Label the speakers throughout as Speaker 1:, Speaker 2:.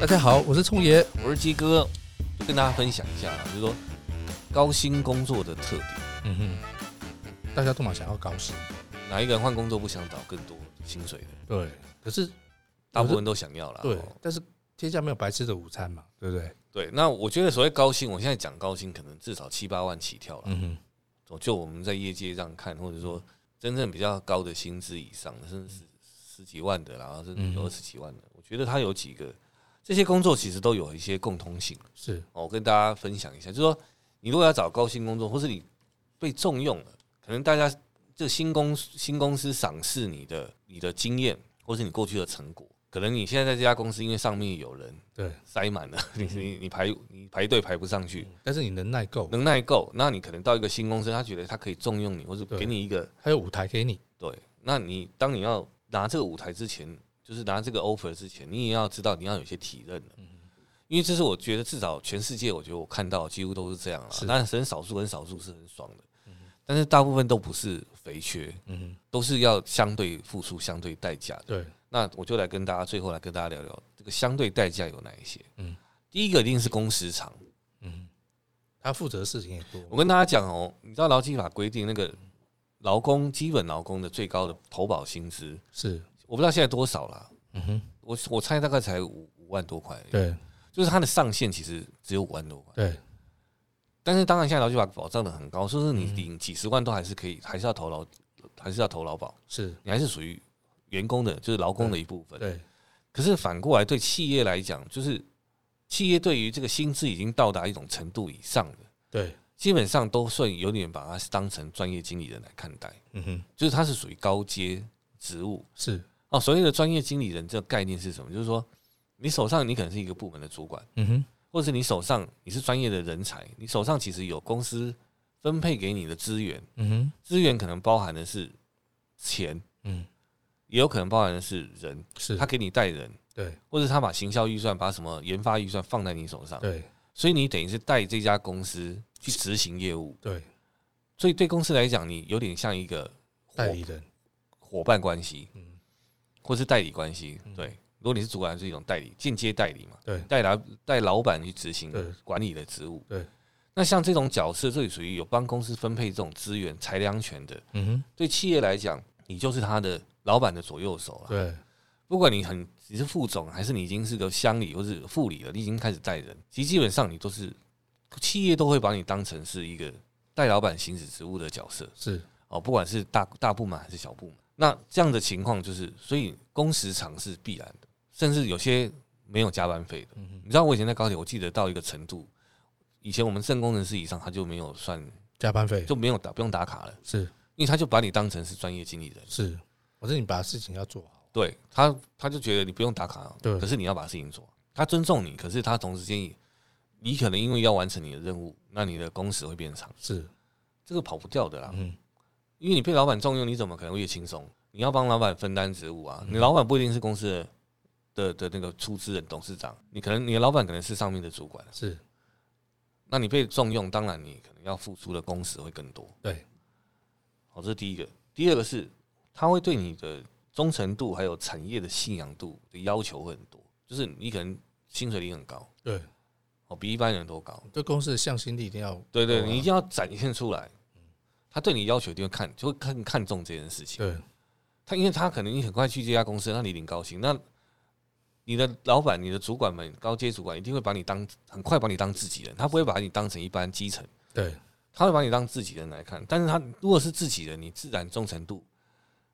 Speaker 1: 大家好，我是冲爷。
Speaker 2: 我是鸡哥，就跟大家分享一下啊，就是说高薪工作的特点，
Speaker 1: 嗯哼，大家都嘛想要高薪，
Speaker 2: 哪一个人换工作不想找更多薪水的？
Speaker 1: 对，可是
Speaker 2: 大部分都想要了。
Speaker 1: 对
Speaker 2: 哦，
Speaker 1: 但是天下没有白吃的午餐嘛，对不对？
Speaker 2: 对，那我觉得所谓高薪，我现在讲高薪，可能至少七八万起跳了。
Speaker 1: 嗯哼，
Speaker 2: 哦就我们在业界上看，或者说真正比较高的薪资以上的，甚至是十几万的啦，然后甚至有
Speaker 1: 嗯
Speaker 2: 二十几万的，我觉得它有几个这些工作其实都有一些共通性。
Speaker 1: 是，
Speaker 2: 哦，我跟大家分享一下，就是说你如果要找高薪工作，或是你被重用了，可能大家这新公新公司赏识你的你的经验，或是你过去的成果，可能你现在在这家公司，因为上面有人
Speaker 1: 对。
Speaker 2: 塞满了，你你你排你排队排不上去，
Speaker 1: 但是你能耐够，
Speaker 2: 能耐够，那你可能到一个新公司，他觉得他可以重用你，或是
Speaker 1: 对
Speaker 2: 给你一个
Speaker 1: 还有舞台给你，
Speaker 2: 对，那你当你要拿这个舞台之前，就是拿这个 offer 之前，你也要知道你要有一些体认的因为这是我觉得至少全世界，我觉得我看到几乎都是这样啊
Speaker 1: 是。
Speaker 2: 那很少数很少数是很爽的，但是大部分都不是肥缺，
Speaker 1: 嗯
Speaker 2: 都是要相对付出相对代价
Speaker 1: 哼，。
Speaker 2: 的
Speaker 1: 对，
Speaker 2: 那我就来跟大家最后来跟大家聊聊这个相对代价有哪一些。
Speaker 1: 嗯
Speaker 2: 嗯，第一个一定是工时长。
Speaker 1: 嗯哼，他负责的事情也多，
Speaker 2: 我跟大家讲哦，你知道劳基法规定那个劳工基本劳工的最高的投保薪资，
Speaker 1: 是，
Speaker 2: 我不知道现在多少啦，
Speaker 1: 嗯哼，
Speaker 2: 我我猜大概才五五万多块而已，
Speaker 1: 对
Speaker 2: 就是它的上限其实只有五万多块。
Speaker 1: 对，
Speaker 2: 但是当然现在劳基法保障的很高，说是
Speaker 1: 嗯
Speaker 2: 你领几十万都还是可以，还是要投劳，还是要投劳保，
Speaker 1: 是，
Speaker 2: 你还是属于员工的，就是劳工的一部分。
Speaker 1: 对
Speaker 2: 可是反过来对企业来讲，就是企业对于这个薪资已经到达一种程度以上的，
Speaker 1: 对，
Speaker 2: 基本上都算有点把它当成专业经理人来看待，
Speaker 1: 嗯哼，
Speaker 2: 就是它是属于高阶职务。
Speaker 1: 是，
Speaker 2: 哦，所谓的专业经理人这个概念是什么？就是说，你手上你可能是一个部门的主管，
Speaker 1: 嗯哼，
Speaker 2: 或者是你手上你是专业的人才，你手上其实有公司分配给你的资源，
Speaker 1: 嗯哼，
Speaker 2: 资源可能包含的是钱，
Speaker 1: 嗯，
Speaker 2: 也有可能包含的是人，
Speaker 1: 是
Speaker 2: 他，给你带人，
Speaker 1: 对
Speaker 2: 或者他把行销预算、把什么研发预算放在你手上，
Speaker 1: 对
Speaker 2: 所以你等于是带这家公司去执行业务，
Speaker 1: 对，
Speaker 2: 所以对公司来讲，你有点像一个
Speaker 1: 代
Speaker 2: 伙
Speaker 1: 理人，
Speaker 2: 伙伴关系，
Speaker 1: 嗯，
Speaker 2: 或是代理关系，对。如果你是主管，是一种代理，间接代理嘛，
Speaker 1: 对
Speaker 2: 带老带老板去执行
Speaker 1: 对
Speaker 2: 管理的职务。
Speaker 1: 对，
Speaker 2: 那像这种角色，这里属于有帮公司分配这种资源、裁量权的，
Speaker 1: 嗯哼，
Speaker 2: 对企业来讲，你就是他的老板的左右手了。
Speaker 1: 对
Speaker 2: 不管你很你是副总，还是你已经是个乡里或是副理了，你已经开始带人，其实基本上你都是企业都会把你当成是一个带老板行使职务的角色。
Speaker 1: 是，
Speaker 2: 哦，不管是大大部门还是小部门，那这样的情况就是，所以工时长是必然的，甚至有些没有加班费的。
Speaker 1: 嗯哼，
Speaker 2: 你知道我以前在高铁，我记得到一个程度，以前我们正工程师以上他就没有算，
Speaker 1: 加班费
Speaker 2: 就没有打不用打卡了，
Speaker 1: 是
Speaker 2: 因为他就把你当成是专业经理人，
Speaker 1: 是，我说你把事情要做好，
Speaker 2: 对他他就觉得你不用打卡，
Speaker 1: 对
Speaker 2: 可是你要把事情做好，他尊重你，可是他同时建议你可能因为要完成你的任务，那你的工时会变长，
Speaker 1: 是，
Speaker 2: 这个跑不掉的啦。
Speaker 1: 嗯，
Speaker 2: 因为你被老板重用，你怎么可能会越轻松？你要帮老板分担职务
Speaker 1: 嗯
Speaker 2: 啊！你老板不一定是公司的的的那个出资人、董事长，你可能你的老板可能是上面的主管。
Speaker 1: 是
Speaker 2: 那你被重用，当然你可能要付出的工时会更多。
Speaker 1: 对，
Speaker 2: 好，这是第一个。第二个是，他会对你的忠诚度还有产业的信仰度的要求会很多，就是你可能薪水领很高，
Speaker 1: 对，
Speaker 2: 哦，比一般人都高。
Speaker 1: 对公司的向心力一定要，
Speaker 2: 对
Speaker 1: 对
Speaker 2: 对，
Speaker 1: 啊嗯
Speaker 2: 你一定要展现出来。他对你要求一定会看，就会更看重这件事情。
Speaker 1: 对
Speaker 2: 他因为他可能你很快去这家公司，那你领高薪，那你的老板、你的主管们、高阶主管一定会把你当很快把你当自己人，他不会把你当成一般基层，
Speaker 1: 对
Speaker 2: 他会把你当自己人来看。但是他如果是自己人，你自然忠诚度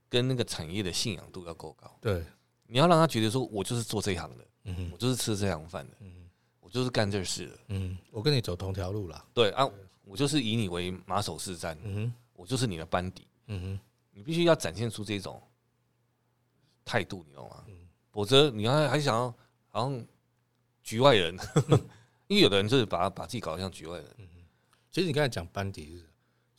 Speaker 2: 跟那个产业的信仰度要够高，
Speaker 1: 对，
Speaker 2: 你要让他觉得说我就是做这一行的，
Speaker 1: 嗯哼
Speaker 2: 我就是吃这行饭的，我就是干这事的，
Speaker 1: 嗯，我跟你走同条路啦，
Speaker 2: 对啊，我就是以你为马首是瞻，
Speaker 1: 嗯哼，
Speaker 2: 我就是你的班底。
Speaker 1: 嗯哼。
Speaker 2: 你必须要展现出这种态度，你懂吗？
Speaker 1: 嗯
Speaker 2: 否则你还还想要好像局外 人，因为有的人就是把把自己搞得像局外人，
Speaker 1: 嗯其实你刚才讲班底是，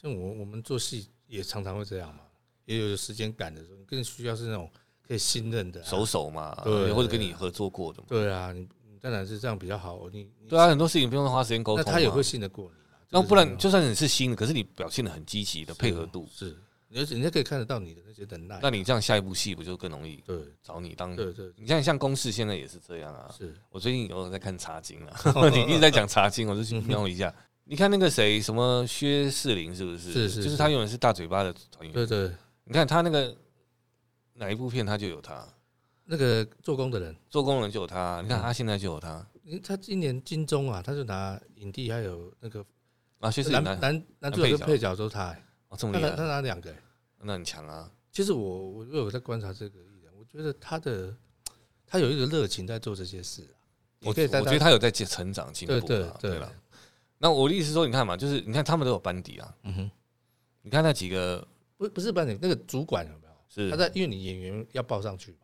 Speaker 1: 像我我们做戏也常常会这样嘛，也有时间赶的时候，你更需要是那种可以信任的、啊、
Speaker 2: 熟手嘛，
Speaker 1: 对
Speaker 2: 或者跟你合作过的嘛，
Speaker 1: 对啊，你你当然是这样比较好。你你
Speaker 2: 对啊，很多事情不用花时间沟
Speaker 1: 那
Speaker 2: 通嘛，啊
Speaker 1: 他也会信得过你嘛。
Speaker 2: 那
Speaker 1: 这个
Speaker 2: 不然
Speaker 1: 是
Speaker 2: 就算你是新的，可是你表现的很积极的配合度，
Speaker 1: 是而且人家可以看得到你的那些能耐。
Speaker 2: 那你这样下一部戏不就更容易
Speaker 1: 对
Speaker 2: 找你当？
Speaker 1: 对对
Speaker 2: 你像像公式现在也是这样啊。
Speaker 1: 是，
Speaker 2: 我最近有在看《茶经》
Speaker 1: 哦
Speaker 2: 啊， 你一直在讲《茶经》，我就去瞄一下。你看那个谁，什么薛仕凌是不是？
Speaker 1: 嗯是是
Speaker 2: 就是
Speaker 1: 是
Speaker 2: 他永远是大嘴巴的团员。
Speaker 1: 对对，
Speaker 2: 你看他那个哪一部片他就有他，
Speaker 1: 那个做工的人，
Speaker 2: 做工人就有他，你看
Speaker 1: 嗯
Speaker 2: 他现在就有他
Speaker 1: 因为他今年金钟啊，他就拿影帝，还有那个
Speaker 2: 啊，薛仕凌
Speaker 1: 男
Speaker 2: 呢
Speaker 1: 男男主角跟配角都是他、欸，
Speaker 2: 哦这
Speaker 1: 他
Speaker 2: 么厉
Speaker 1: 拿他
Speaker 2: 害，
Speaker 1: 拿两个欸、
Speaker 2: 那很强啊。
Speaker 1: 其实我我我有在观察这个艺人，我觉得他的他有一个热情在做这些事啊、
Speaker 2: 我
Speaker 1: 你可以
Speaker 2: 我
Speaker 1: 带
Speaker 2: 觉得他有在成长进步
Speaker 1: 对对
Speaker 2: 啊，
Speaker 1: 对
Speaker 2: 了。那我的意思说，你看嘛，就是你看他们都有班底啊，
Speaker 1: 嗯哼，
Speaker 2: 你看那几个
Speaker 1: 不不是班长那个主管有没有？
Speaker 2: 是
Speaker 1: 他在因为你演员要报上去嘛，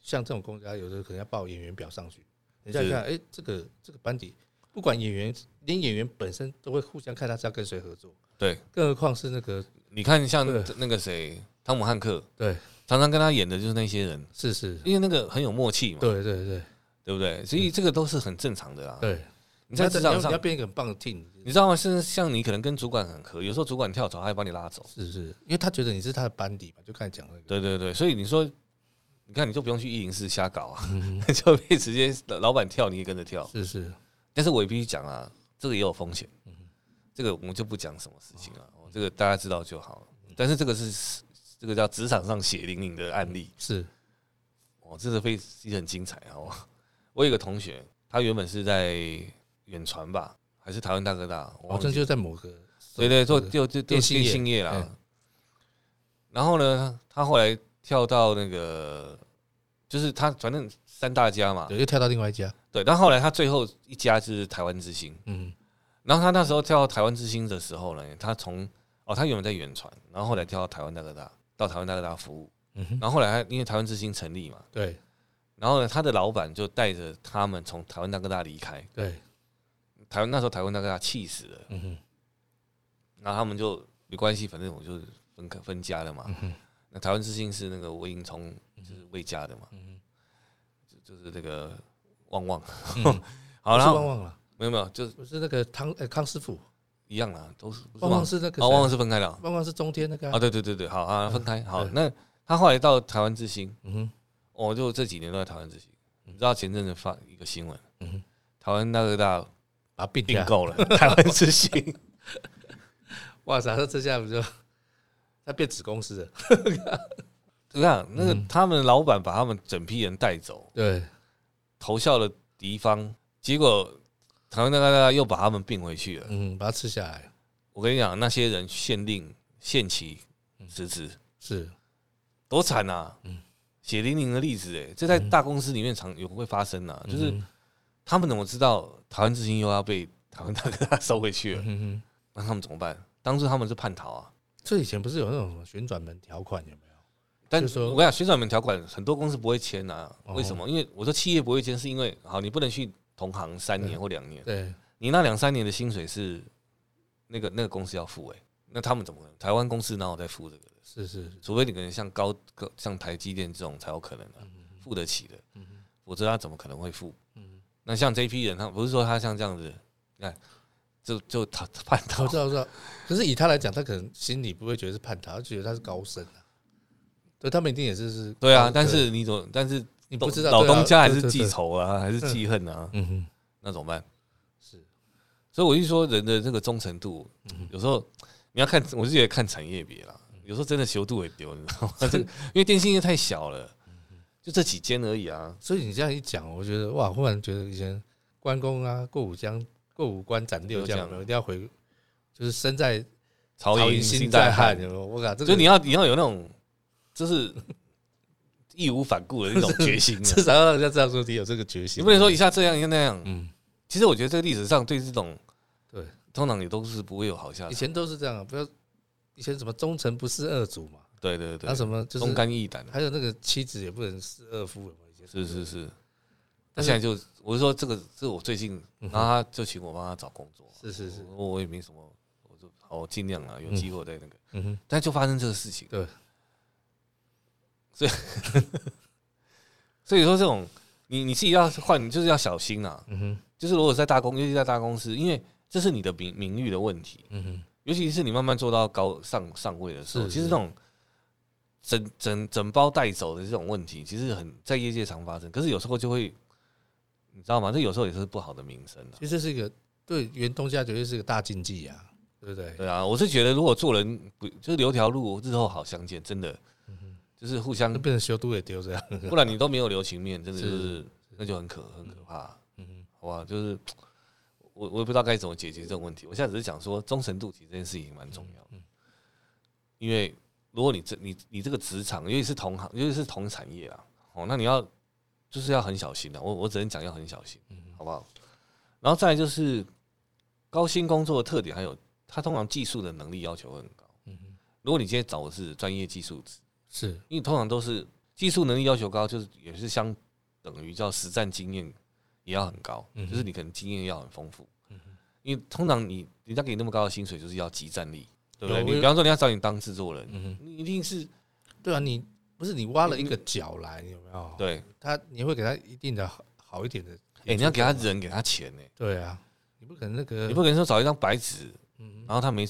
Speaker 1: 像这种公家有时候可能要报演员表上去，人家一看，哎、这个这个班底，不管演员，连演员本身都会互相看他是要跟谁合作，
Speaker 2: 对，
Speaker 1: 更何况是那个
Speaker 2: 你看像
Speaker 1: 对
Speaker 2: 那个谁汤姆汉克，
Speaker 1: 对，
Speaker 2: 常常跟他演的就是那些人，
Speaker 1: 是 是，
Speaker 2: 因为那个很有默契嘛，
Speaker 1: 对对对
Speaker 2: 对不对？所以这个都是很正常的啦。
Speaker 1: 嗯对，
Speaker 2: 啊你在职场
Speaker 1: 你要你要
Speaker 2: 上，
Speaker 1: 变一个很棒的 team，
Speaker 2: 你知道吗？甚至像你可能跟主管很合，有时候主管跳槽，他还把你拉走。
Speaker 1: 是是，因为他觉得你是他的班底嘛，就刚才讲那个，
Speaker 2: 对对对，所以你说，你看你就不用去一零四瞎搞啊， 就被直接老板跳，你也跟着跳。
Speaker 1: 嗯是是，
Speaker 2: 但是我也必须讲啊，这个也有风险，
Speaker 1: 嗯
Speaker 2: 这个我们就不讲什么事情了，啊这个大家知道就好了。
Speaker 1: 嗯
Speaker 2: 但是这个是这个叫职场上血淋淋的案例，
Speaker 1: 是
Speaker 2: 哦，这个非是很精彩好不好？ 我有一个同学，他原本是在远传吧，还是台湾大哥大，我
Speaker 1: 好
Speaker 2: 忘记
Speaker 1: 像就在某个，
Speaker 2: 对对，做就就电
Speaker 1: 电信
Speaker 2: 信
Speaker 1: 业
Speaker 2: 信业啦
Speaker 1: 嗯。
Speaker 2: 然后呢，他后来跳到那个，就是他反正三大家嘛，
Speaker 1: 对，又跳到另外一家，
Speaker 2: 对。但后来他最后一家就是台湾之星，
Speaker 1: 嗯，
Speaker 2: 然后他那时候跳到台湾之星的时候呢，他从哦，他原本在远传，然后后来跳到台湾大哥大，到台湾大哥大服务。
Speaker 1: 嗯哼
Speaker 2: 然后后来他因为台湾之星成立嘛，
Speaker 1: 对
Speaker 2: 然后呢，他的老板就带着他们从台湾大哥大离开。
Speaker 1: 对，
Speaker 2: 台湾那时候台湾大哥大气死了，
Speaker 1: 嗯哼，
Speaker 2: 然后他们就没关系，反正我就分开分家了嘛。
Speaker 1: 嗯哼，
Speaker 2: 那台湾之星是那个魏应聪，就是魏家的嘛，
Speaker 1: 嗯
Speaker 2: 就就是那个旺旺。
Speaker 1: 哼，
Speaker 2: 好，然
Speaker 1: 嗯不是旺
Speaker 2: 后
Speaker 1: 旺了，
Speaker 2: 没有没有，就是
Speaker 1: 不是那个汤呃康师傅，
Speaker 2: 一样啦，都是不是
Speaker 1: 旺旺是那个
Speaker 2: 哦，旺旺
Speaker 1: 谁嗯
Speaker 2: 是分开的啊，
Speaker 1: 旺旺是中天那个
Speaker 2: 啊
Speaker 1: 啊，
Speaker 2: 对对对对，好啊，分开好。
Speaker 1: 对
Speaker 2: 那他后来到台湾之星，
Speaker 1: 嗯哼，
Speaker 2: 我就这几年都在台湾之星。你知道前阵子发一个新闻
Speaker 1: 嗯哼，
Speaker 2: 台湾大哥大
Speaker 1: 把它并
Speaker 2: 并
Speaker 1: 购。
Speaker 2: 购了台湾之星，
Speaker 1: 哇塞，那这下不就他变子公司了？
Speaker 2: 你看啊那个
Speaker 1: 嗯
Speaker 2: 他们老板把他们整批人带走，
Speaker 1: 对，
Speaker 2: 投效了敌方，结果台湾大哥大又把他们并回去了。
Speaker 1: 嗯，把它吃下来，
Speaker 2: 我跟你讲，那些人限令、限期辞职，
Speaker 1: 嗯是
Speaker 2: 多惨啊！
Speaker 1: 嗯
Speaker 2: 血淋淋的例子，哎，这在大公司里面常有会发生啊。就是
Speaker 1: 嗯
Speaker 2: 他们怎么知道台湾之星又要被台湾大哥大收回去了
Speaker 1: 哼，？嗯哼，
Speaker 2: 那他们怎么办？当初他们是叛逃啊。
Speaker 1: 这以前不是有那种什么旋转门条款有没有？
Speaker 2: 但
Speaker 1: 就说
Speaker 2: 我跟你讲，旋转门条款很多公司不会签啊，
Speaker 1: 哦
Speaker 2: 为什么？因为我说企业不会签，是因为好，你不能去同行三年或两年，
Speaker 1: 对，
Speaker 2: 你那两三年的薪水是那个那个公司要付哎、那他们怎么可能？台湾公司哪有在付这个？
Speaker 1: 是是，
Speaker 2: 除非你可能像高高像台积电这种才有可能、啊、付得起的，否则他怎么可能会付？那像这一批人，他不是说他像这样子，你看，就就他叛逃
Speaker 1: 哦我知，道，我知道。可是以他来讲，他可能心里不会觉得是叛逃，他觉得他是高僧啊。对他们一定也是是，
Speaker 2: 对啊，
Speaker 1: 高
Speaker 2: 但是你怎么，但是
Speaker 1: 你不知道
Speaker 2: 老
Speaker 1: 对啊
Speaker 2: 东家还是
Speaker 1: 对对
Speaker 2: 记
Speaker 1: 对
Speaker 2: 仇啊，还是记恨啊，
Speaker 1: 嗯哼，
Speaker 2: 那怎么办？
Speaker 1: 是
Speaker 2: 所以我就说人的这个忠诚度，
Speaker 1: 嗯
Speaker 2: 有时候你要看，我是觉得看产业别啦，有时候真的修度也丢，你知 道吗？这个因为电信业太小了，就这几间而已啊，
Speaker 1: 所以你这样一讲，我觉得哇，忽然觉得以前关公啊，过五江、过五关斩六将，
Speaker 2: 六将
Speaker 1: 有没有一定要回，就是身在
Speaker 2: 曹营
Speaker 1: 心
Speaker 2: 心
Speaker 1: 在
Speaker 2: 在
Speaker 1: 汉，
Speaker 2: 汉
Speaker 1: 有没有？我靠，这个
Speaker 2: 所以你要你要有那种就是义无反顾的 那种决心、
Speaker 1: 至
Speaker 2: 啊，
Speaker 1: 少要让人家知道说你有这个决
Speaker 2: 你
Speaker 1: 心。
Speaker 2: 不能说一下这样一下那样。
Speaker 1: 嗯，
Speaker 2: 其实我觉得这个历史上对这种
Speaker 1: 对，
Speaker 2: 通常也都是不会有好下
Speaker 1: 以
Speaker 2: 场。
Speaker 1: 前都是这样啊，不要以前什么忠诚不是二主嘛，
Speaker 2: 对对对
Speaker 1: 然后，什么就
Speaker 2: 忠
Speaker 1: 是
Speaker 2: 肝义胆，
Speaker 1: 还有那个妻子也不能是二夫有没有以前
Speaker 2: 是是是。那
Speaker 1: 但
Speaker 2: 现在
Speaker 1: 是
Speaker 2: 就我是说这个，这个我最近，然后他就请我帮他找工作，啊
Speaker 1: 是是是，
Speaker 2: 我我也没什么，我就好我尽量啊，有机会我再那个，
Speaker 1: 嗯哼，
Speaker 2: 但就发生这个事情，
Speaker 1: 对，
Speaker 2: 所以 所以说这种你你自己要换，你就是要小心啊，
Speaker 1: 嗯哼，
Speaker 2: 就是如果在大公，尤其在大公司，因为这是你的名名誉的问题。
Speaker 1: 嗯哼，
Speaker 2: 尤其是你慢慢做到高上上位的时候，
Speaker 1: 是
Speaker 2: 其实
Speaker 1: 是
Speaker 2: 那种整整整包带走的这种问题，其实很在业界常发生。可是有时候就会，你知道吗？这有时候也是不好的名声、啊、
Speaker 1: 其实这是一个对员工家绝对是个大禁忌啊，对不对？
Speaker 2: 对啊，我是觉得如果做人不就是留条路，日后好相见，真的
Speaker 1: 嗯
Speaker 2: 就是互相
Speaker 1: 就，变成修都也丢这样。
Speaker 2: 不然你都没有留情面，真的就是是那就很可很可怕。
Speaker 1: 嗯
Speaker 2: 好吧，就是我我也不知道该怎么解决这种问题。我现在只是讲说忠诚度其实这件事情蛮重要的，
Speaker 1: 嗯
Speaker 2: 因为如果你这你你这个职场，尤其是同行，尤其是同产业啊，哦，那你要就是要很小心啊的、我我只能讲要很小心，
Speaker 1: 嗯
Speaker 2: 好不好？然后再来就是高薪工作的特点，还有它通常技术的能力要求很高。
Speaker 1: 嗯
Speaker 2: 如果你今天找的是专业技术职，
Speaker 1: 是
Speaker 2: 因为通常都是技术能力要求高，就是也是相等于叫实战经验也要很高，
Speaker 1: 嗯哼嗯
Speaker 2: 就是你可能经验要很丰富。因为通常你人家给你那么高的薪水，就是要集战力，对不对？
Speaker 1: 有
Speaker 2: 你比方说你要找你当制作人，
Speaker 1: 嗯
Speaker 2: 你一定是
Speaker 1: 对啊，你不是你挖了一个角来，有没有？，
Speaker 2: 对，
Speaker 1: 他你会给他一定的好好一点的。
Speaker 2: 哎，你要给他人，给他钱呢，
Speaker 1: 对啊，你不可能那个
Speaker 2: 你不可能说找一张白纸，
Speaker 1: 嗯
Speaker 2: 然后他没，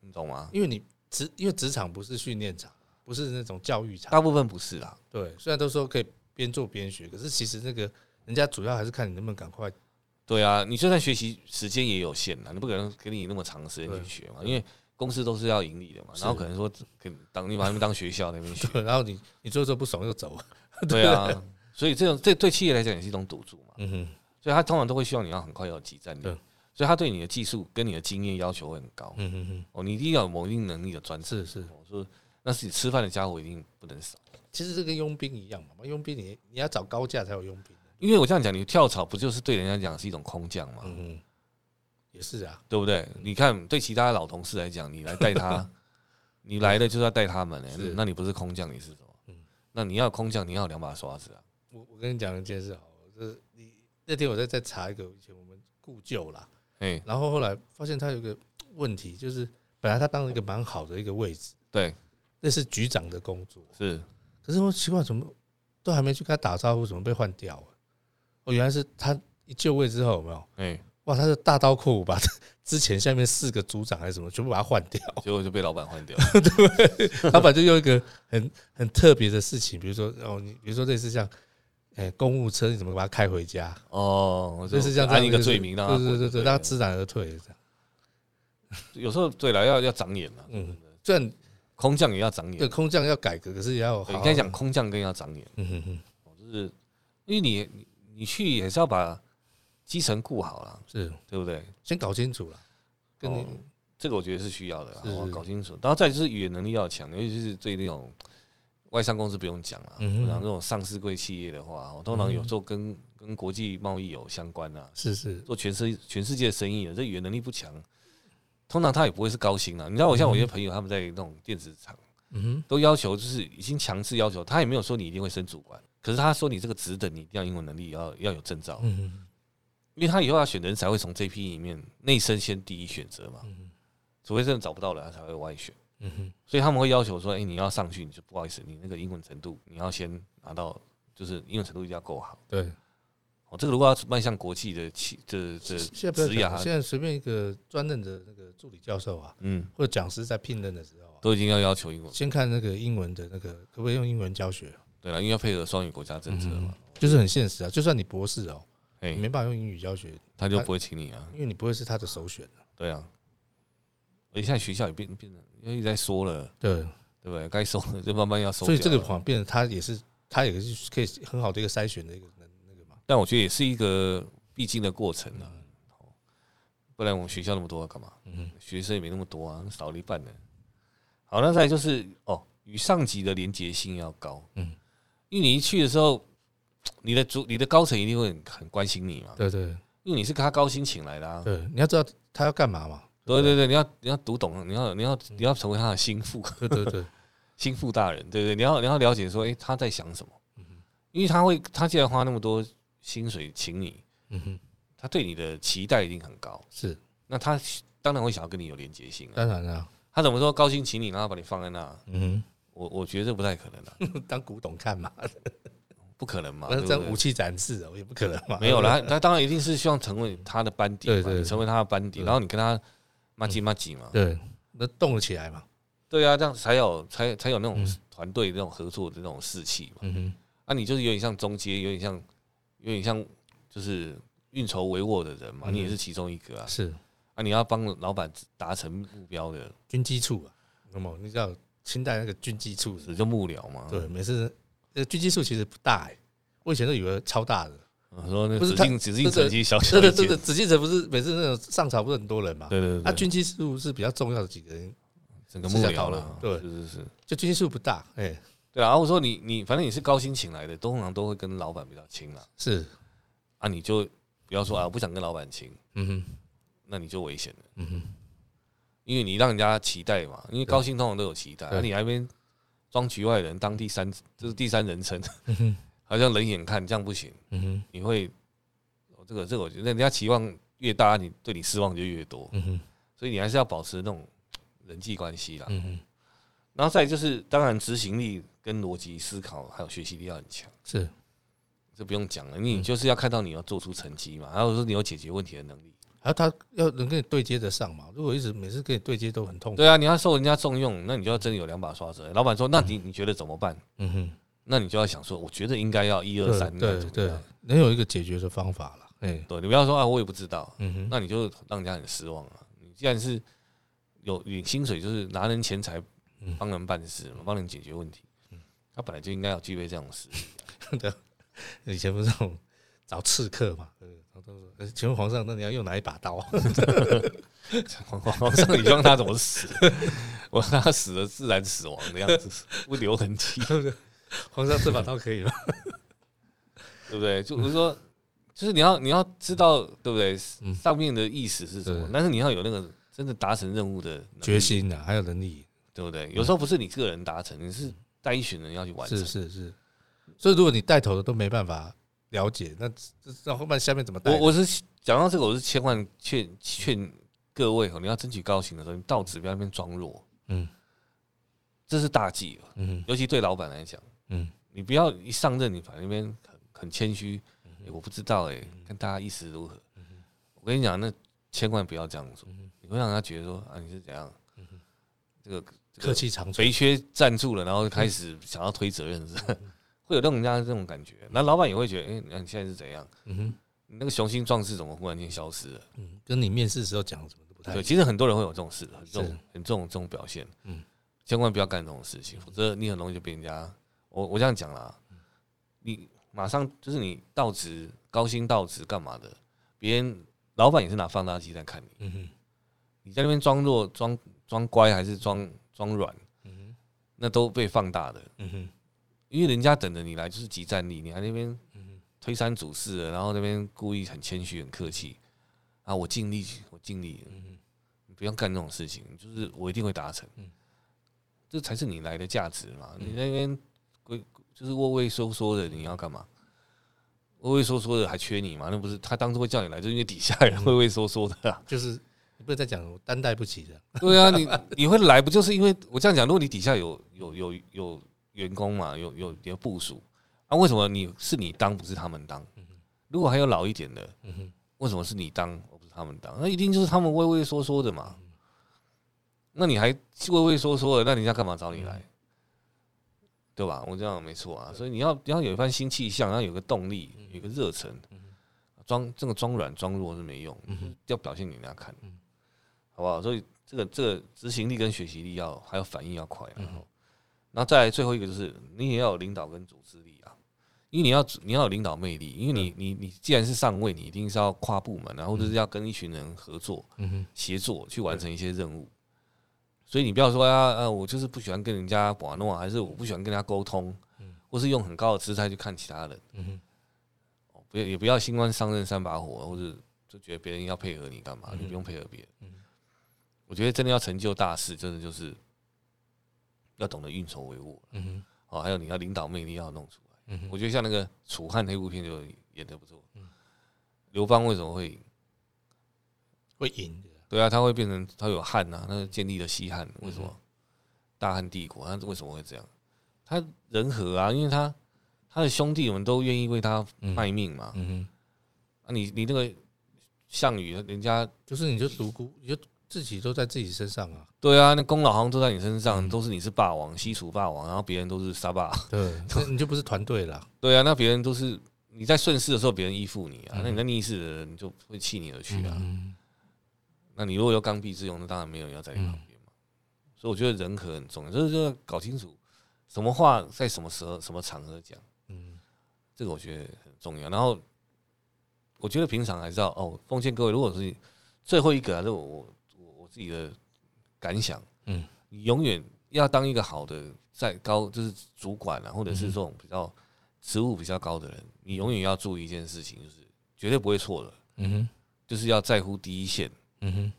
Speaker 2: 你懂吗？
Speaker 1: 因为你职因为职场不是训练场，不是那种教育场。
Speaker 2: 大部分不是啦，
Speaker 1: 对，虽然都说可以边做边学，可是其实那个人家主要还是看你能不能赶快。
Speaker 2: 对啊，你就算学习时间也有限啦，你不可能给你那么长的时间去学嘛，因为公司都是要盈利的嘛，
Speaker 1: 是
Speaker 2: 然后可能说给当你把他们当学校那边学，
Speaker 1: 对，然后你你做做不爽又走。
Speaker 2: 对啊，所以这种这对企业来讲也是一种赌注嘛，
Speaker 1: 嗯哼，
Speaker 2: 所以他通常都会希望你要很快要有集战力
Speaker 1: 对，
Speaker 2: 所以他对你的技术跟你的经验要求会很高
Speaker 1: 嗯哼哼，
Speaker 2: 哦，你一定要有某一定能力的专长。
Speaker 1: 是是。
Speaker 2: 我说那是你吃饭的家伙一定不能少，
Speaker 1: 其实这跟佣兵一样嘛，佣兵你你要找高价才有佣兵。
Speaker 2: 因为我这样讲，你跳槽不就是对人家讲是一种空降嘛，
Speaker 1: 嗯哼，也是啊，
Speaker 2: 对不对？你看对其他老同事来讲，你来 带他，你来了就是要带他们嘞、
Speaker 1: 是
Speaker 2: 那你不是空降你是什么
Speaker 1: 嗯？
Speaker 2: 那你要空降，你要有两把刷子啊，
Speaker 1: 我我跟你讲一件事哦，就是你那天我在在查一个以前我们故旧啦，
Speaker 2: 哎、
Speaker 1: 然后后来发现他有个问题，就是本来他当了一个蛮好的一个位置，
Speaker 2: 对，
Speaker 1: 那是局长的工作，
Speaker 2: 是
Speaker 1: 可是我奇怪怎么都还没去跟他打招呼，怎么被换掉了？哦，原来是他一就位之后有没有？
Speaker 2: 哎、
Speaker 1: 哇，他是大刀阔斧把 之前下面四个组长还是什么全部把他换掉，
Speaker 2: 结果就被老板换掉。
Speaker 1: 老板就用一个很很特别的事情，比如说哦，你比如说类似像，哎、公务车你怎么把它开回家？
Speaker 2: 哦，我
Speaker 1: 类似像这样
Speaker 2: 按一个罪名让他
Speaker 1: 对对
Speaker 2: 滚
Speaker 1: 对
Speaker 2: 就
Speaker 1: 对，
Speaker 2: 对
Speaker 1: 让他
Speaker 2: 了
Speaker 1: 知难而退这样。
Speaker 2: 有时候对了，要要长眼了，
Speaker 1: 嗯，虽然
Speaker 2: 空降也要长眼。啊
Speaker 1: 对
Speaker 2: 对
Speaker 1: 空降要改革，可是也要好
Speaker 2: 应
Speaker 1: 好
Speaker 2: 该讲，空降更要长眼，
Speaker 1: 嗯哼哼，
Speaker 2: 就是因为你你你去也是要把基层顾好了，
Speaker 1: 是
Speaker 2: 对不对？
Speaker 1: 先搞清楚了，跟你、
Speaker 2: 哦这个我觉得是需要的啦，
Speaker 1: 是
Speaker 2: 我搞清楚。然后再就是语言能力要强，尤其是对那种外商公司不用讲了，
Speaker 1: 嗯哼
Speaker 2: 然后那种上市贵企业的话，哦我通常有时候跟跟国际贸易有相关啊，
Speaker 1: 是是
Speaker 2: 做全世全世界的生意的，这语言能力不强，通常他也不会是高薪啊。你知道，我像我一些朋友，他们在那种电子厂，
Speaker 1: 嗯
Speaker 2: 都要求就是已经强制要求，他也没有说你一定会升主管，可是他说你这个职等你一定要英文能力要要有证照
Speaker 1: 哼，嗯
Speaker 2: 因为他以后要选人才会从这批里面内生先第一选择嘛，除非真的找不到人，他才会外选。
Speaker 1: 哼嗯哼
Speaker 2: 所以他们会要求说，哎、你要上去，你就不好意思，你那个英文程度你要先拿到，就是英文程度一定要够好。
Speaker 1: 对。
Speaker 2: 哦，这个如果要迈向国际的企这这
Speaker 1: 现在不
Speaker 2: 职
Speaker 1: 要讲，
Speaker 2: 涯，
Speaker 1: 现在随便一个专任的那个助理教授啊，
Speaker 2: 嗯，
Speaker 1: 或者讲师在聘任的时候啊，
Speaker 2: 都已经要要求英文，
Speaker 1: 先看那个英文的那个可不可以用英文教学，
Speaker 2: 对了，因为要配合双语国家政策嘛，
Speaker 1: 就是很现实啊。就算你博士哦，
Speaker 2: 哎、
Speaker 1: 你没办法用英语教学，
Speaker 2: 他就不会请你啊，
Speaker 1: 因为你不会是他的首选啊。
Speaker 2: 对啊。而且现在学校也变变得，因为一直在说了，
Speaker 1: 对，啊
Speaker 2: 对不对？该收的就慢慢要收。
Speaker 1: 所以这个，谎变成他也是他也是可以很好的一个筛选的一个能那个嘛。
Speaker 2: 但我觉得也是一个必经的过程啊。不然我们学校那么多干嘛？
Speaker 1: 嗯
Speaker 2: 学生也没那么多啊，少了一半呢。好，那再来就是哦，与上级的连结性要高，
Speaker 1: 嗯，
Speaker 2: 因为你一去的时候，你的主、你的高层一定会很很关心你嘛，
Speaker 1: 对对
Speaker 2: 因为你是他高薪请来的啊。
Speaker 1: 对，你要知道他要干嘛嘛。
Speaker 2: 对对对，你要你要读懂，你要你要你要成为他的心腹
Speaker 1: 对对对，
Speaker 2: 心腹大人，对不对？你要你要了解说，诶，他在想什么，
Speaker 1: 嗯
Speaker 2: 因为他会他既然花那么多薪水请你，
Speaker 1: 嗯哼，
Speaker 2: 他对你的期待一定很高，
Speaker 1: 是
Speaker 2: 那他当然会想要跟你有连结性啊。
Speaker 1: 当然啦、
Speaker 2: 他怎么说高薪请你，然后把你放在那？
Speaker 1: 嗯
Speaker 2: 我我觉得这不太 可能的、啊
Speaker 1: 哼， 当古董看嘛，
Speaker 2: 不可能嘛？
Speaker 1: 那
Speaker 2: 对不
Speaker 1: 当
Speaker 2: 对
Speaker 1: 武器展示哦，也不可能嘛。
Speaker 2: 没有啦，他他当然一定是希望成为他的班底嘛，
Speaker 1: 对对对
Speaker 2: 你成为他的班底，
Speaker 1: 对嗯
Speaker 2: 然后你跟他骂鸡骂鸡嘛，
Speaker 1: 对，那动了起来嘛，
Speaker 2: 对啊，这样才有才才有那种
Speaker 1: 嗯
Speaker 2: 团队那种合作的那种士气嘛。
Speaker 1: 嗯哼，
Speaker 2: 啊，你就是有点像中间，有点像有点像就是运筹帷幄的人嘛，
Speaker 1: 嗯
Speaker 2: 你也是其中一个啊。
Speaker 1: 是
Speaker 2: 啊，你要帮老板达成目标的，
Speaker 1: 军机处啊，那么你知道清代那个军机处是，
Speaker 2: 只就幕僚嘛。
Speaker 1: 对，每次呃军机处其实不大哎、我以前都以为超大的，
Speaker 2: 嗯，说那
Speaker 1: 不
Speaker 2: 个
Speaker 1: 是
Speaker 2: 紫
Speaker 1: 他
Speaker 2: 禁紫禁
Speaker 1: 这个
Speaker 2: 城其实小小
Speaker 1: 真
Speaker 2: 一
Speaker 1: 的
Speaker 2: 间
Speaker 1: 真的，，紫禁城不是每次那种上朝不是很多人嘛？
Speaker 2: 对对
Speaker 1: 那
Speaker 2: 对，
Speaker 1: 军机处是比较重要的几个人，
Speaker 2: 整个幕
Speaker 1: 私下讨
Speaker 2: 僚
Speaker 1: 论
Speaker 2: 了，
Speaker 1: 对
Speaker 2: 是是是，
Speaker 1: 就军机处不大，哎、
Speaker 2: 对啊。啊我说你你反正你是高薪请来的，通常都会跟老板比较亲啦。
Speaker 1: 是，
Speaker 2: 啊，你就不要说啊，我不想跟老板亲，
Speaker 1: 嗯哼，
Speaker 2: 那你就危险了，
Speaker 1: 嗯哼，
Speaker 2: 因为你让人家期待嘛，因为高薪通常都有期待，
Speaker 1: 对
Speaker 2: 啊，你还边装局外人，当第三就是第三人称， 好像冷眼看，这样不行，
Speaker 1: 嗯哼，
Speaker 2: 你会哦这个这个，我觉得人家期望越大，你对你失望就越多，
Speaker 1: 嗯哼，
Speaker 2: 所以你还是要保持那种人际关系啦。
Speaker 1: 嗯哼，
Speaker 2: 然后再来就是，当然执行力跟逻辑思考还有学习力要很强，
Speaker 1: 是
Speaker 2: 这不用讲了。你就是要看到你要做出成绩嘛，还有说你有解决问题的能力。
Speaker 1: 还有他要能跟你对接得上嘛？如果一直每次跟你对接都很痛苦，
Speaker 2: 对啊，你要受人家重用，那你就要真的有两把刷子。老板说，那你你觉得怎么办？
Speaker 1: 嗯哼，
Speaker 2: 那你就要想说，我觉得应该要一二三，
Speaker 1: 对对对，能有一个解决的方法了，哎、
Speaker 2: 对，你不要说啊，我也不知道，
Speaker 1: 嗯哼，
Speaker 2: 那你就让人家很失望啊。你既然是有领薪水，就是拿人钱财
Speaker 1: 嗯
Speaker 2: 帮人办事嘛，帮人解决问题，他本来就应该要具备这样的 实力。
Speaker 1: 以前不是那种找刺客嘛，对，然后都说，呃请问皇上，那你要用哪一把刀 啊？
Speaker 2: 皇皇上，你希望他怎么死？ 我让他死的自然死亡的样子，不留痕迹，
Speaker 1: 皇上这把刀可以 吗？
Speaker 2: 对不对？就我是说，就是你要你要知道，对不对？
Speaker 1: 嗯
Speaker 2: 上面的意思是什么
Speaker 1: 对？
Speaker 2: 但是你要有那个真的达成任务的能力
Speaker 1: 决，心啊，还有能力，
Speaker 2: 对不对？有时候不是你个人达成，你是带一群人要去完成
Speaker 1: 是。是是。所以如果你带头的都没办法了解，那这这后面下面怎么带
Speaker 2: 我
Speaker 1: 呢？
Speaker 2: 我是讲到这个，我是千万劝劝各位哦，你要争取高薪的时候，你到指标那边装弱，
Speaker 1: 嗯
Speaker 2: 这是大忌哦，
Speaker 1: 嗯
Speaker 2: 尤其对老板来讲。
Speaker 1: 嗯
Speaker 2: 你不要一上任，你反正那边很很谦虚、
Speaker 1: 嗯
Speaker 2: 诶我不知道哎、看大家意思如何。我跟你讲，那千万不要这样做，
Speaker 1: 嗯
Speaker 2: 你会让他觉得说啊，你是怎样，这个这个
Speaker 1: 客气长处
Speaker 2: 肥缺站住了，然后开始想要推责任，是
Speaker 1: 嗯
Speaker 2: 吧会有让人家这种感觉。那老板也会觉得，哎、那你现在是怎样？
Speaker 1: 嗯哼
Speaker 2: 你那个雄心壮志怎么忽然间消失了？
Speaker 1: 嗯，跟你面试时候讲什么都不太一
Speaker 2: 对，
Speaker 1: 样
Speaker 2: 其实很多人会有这种事，很这
Speaker 1: 是
Speaker 2: 种很这种这种表现，
Speaker 1: 嗯
Speaker 2: 千万不要干这种事情，否则你很容易就被人家，我我这样讲啦，你马上就是你到职高薪到职干嘛的，别人老板也是拿放大镜在看你，
Speaker 1: 嗯哼
Speaker 2: 你在那边装弱、装装乖还是装装软，
Speaker 1: 嗯哼
Speaker 2: 那都被放大的，
Speaker 1: 嗯哼
Speaker 2: 因为人家等着你来就是集战力，你还那边
Speaker 1: 嗯哼
Speaker 2: 推三阻四的，然后那边故意很谦虚很客气啊，我尽力，我尽力，
Speaker 1: 嗯哼
Speaker 2: 你不要干这种事情，就是我一定会达成，
Speaker 1: 嗯
Speaker 2: 这才是你来的价值嘛。你那边鬼就是畏畏缩缩的，你要干嘛？畏畏缩缩的还缺你吗？那不是他当初会叫你来，就是因为底下人畏畏缩缩的、啊。
Speaker 1: 就是你不能再讲我担待不起的，
Speaker 2: 对啊，你你会来不就是因为我这样讲？如果你底下有有有有员工嘛，有有有部署，啊，为什么你是你当不是他们当？如果还有老一点的，
Speaker 1: 嗯哼
Speaker 2: 为什么是你当，而不是他们当？那一定就是他们畏畏缩缩的
Speaker 1: 嗯
Speaker 2: 嘛。那你还畏畏缩缩的，那人家干嘛找你来？
Speaker 1: 嗯
Speaker 2: 对吧？我这样没错啊。所以你要你要有一番新气象，要有个动力，
Speaker 1: 嗯
Speaker 2: 有一个热忱。装这个装软装弱是没用，
Speaker 1: 嗯
Speaker 2: 就是要表现给人家看，好不好？所以这个这个执行力跟学习力要还有反应要快啊，然后，然后再来最后一个就是你也要有领导跟组织力啊。因为你要你要有领导魅力，因为你你你既然是上位，你一定是要跨部门，然后就是要跟一群人合作、
Speaker 1: 嗯哼
Speaker 2: 协作去完成一些任务。所以你不要说啊，呃，我就是不喜欢跟人家玩弄，啊还是我不喜欢跟人家沟通，或是用很高的姿态去看其他人，
Speaker 1: 嗯哼
Speaker 2: 哦不要也不要新官上任三把火，或者就觉得别人要配合你干
Speaker 1: 嗯
Speaker 2: 嘛，你不用配合别人。我觉得真的要成就大事，真的就是要懂得运筹帷幄
Speaker 1: 嗯哼
Speaker 2: 哦，还有你要领导魅力要弄出来。
Speaker 1: 嗯哼嗯
Speaker 2: 我觉得像那个《楚汉》那部片就演的不错。刘邦为什么会赢？
Speaker 1: 会赢的，
Speaker 2: 对啊，他会变成他有汉啊，那建立了西汉，为
Speaker 1: 嗯
Speaker 2: 什么？大汉帝国，他为什么会这样？他人和啊，因为他他的兄弟们都愿意为他
Speaker 1: 嗯
Speaker 2: 卖命嘛。
Speaker 1: 嗯哼，
Speaker 2: 啊你，你那个项羽，人家
Speaker 1: 就是你就独孤，你就自己都在自己身上啊。
Speaker 2: 对啊，那功劳好像都在你身上，都是你是霸王，西楚霸王，然后别人都是沙霸。
Speaker 1: 对，那你就不是团队啦。
Speaker 2: 对啊，那别人都是你在顺势的时候，别人依附你啊，那你在逆势的人就会弃你而去啊。
Speaker 1: 嗯，
Speaker 2: 那你如果有刚愎自用，那当然没有人要在你旁
Speaker 1: 嗯
Speaker 2: 边嘛。所以我觉得人和很重要，就是就是搞清楚什么话在什么时候、什么场合讲，
Speaker 1: 嗯
Speaker 2: 这个我觉得很重要。然后我觉得平常还是要哦，奉劝各位，如果是最后一个、啊，这我我我我自己的感想，
Speaker 1: 嗯，
Speaker 2: 你永远要当一个好的在高就是主管啊，或者是
Speaker 1: 嗯
Speaker 2: 这种比较职务比较高的人，你永远要注意一件事情，就是绝对不会错的，
Speaker 1: 嗯哼
Speaker 2: 就是要在乎第一线。
Speaker 1: 嗯哼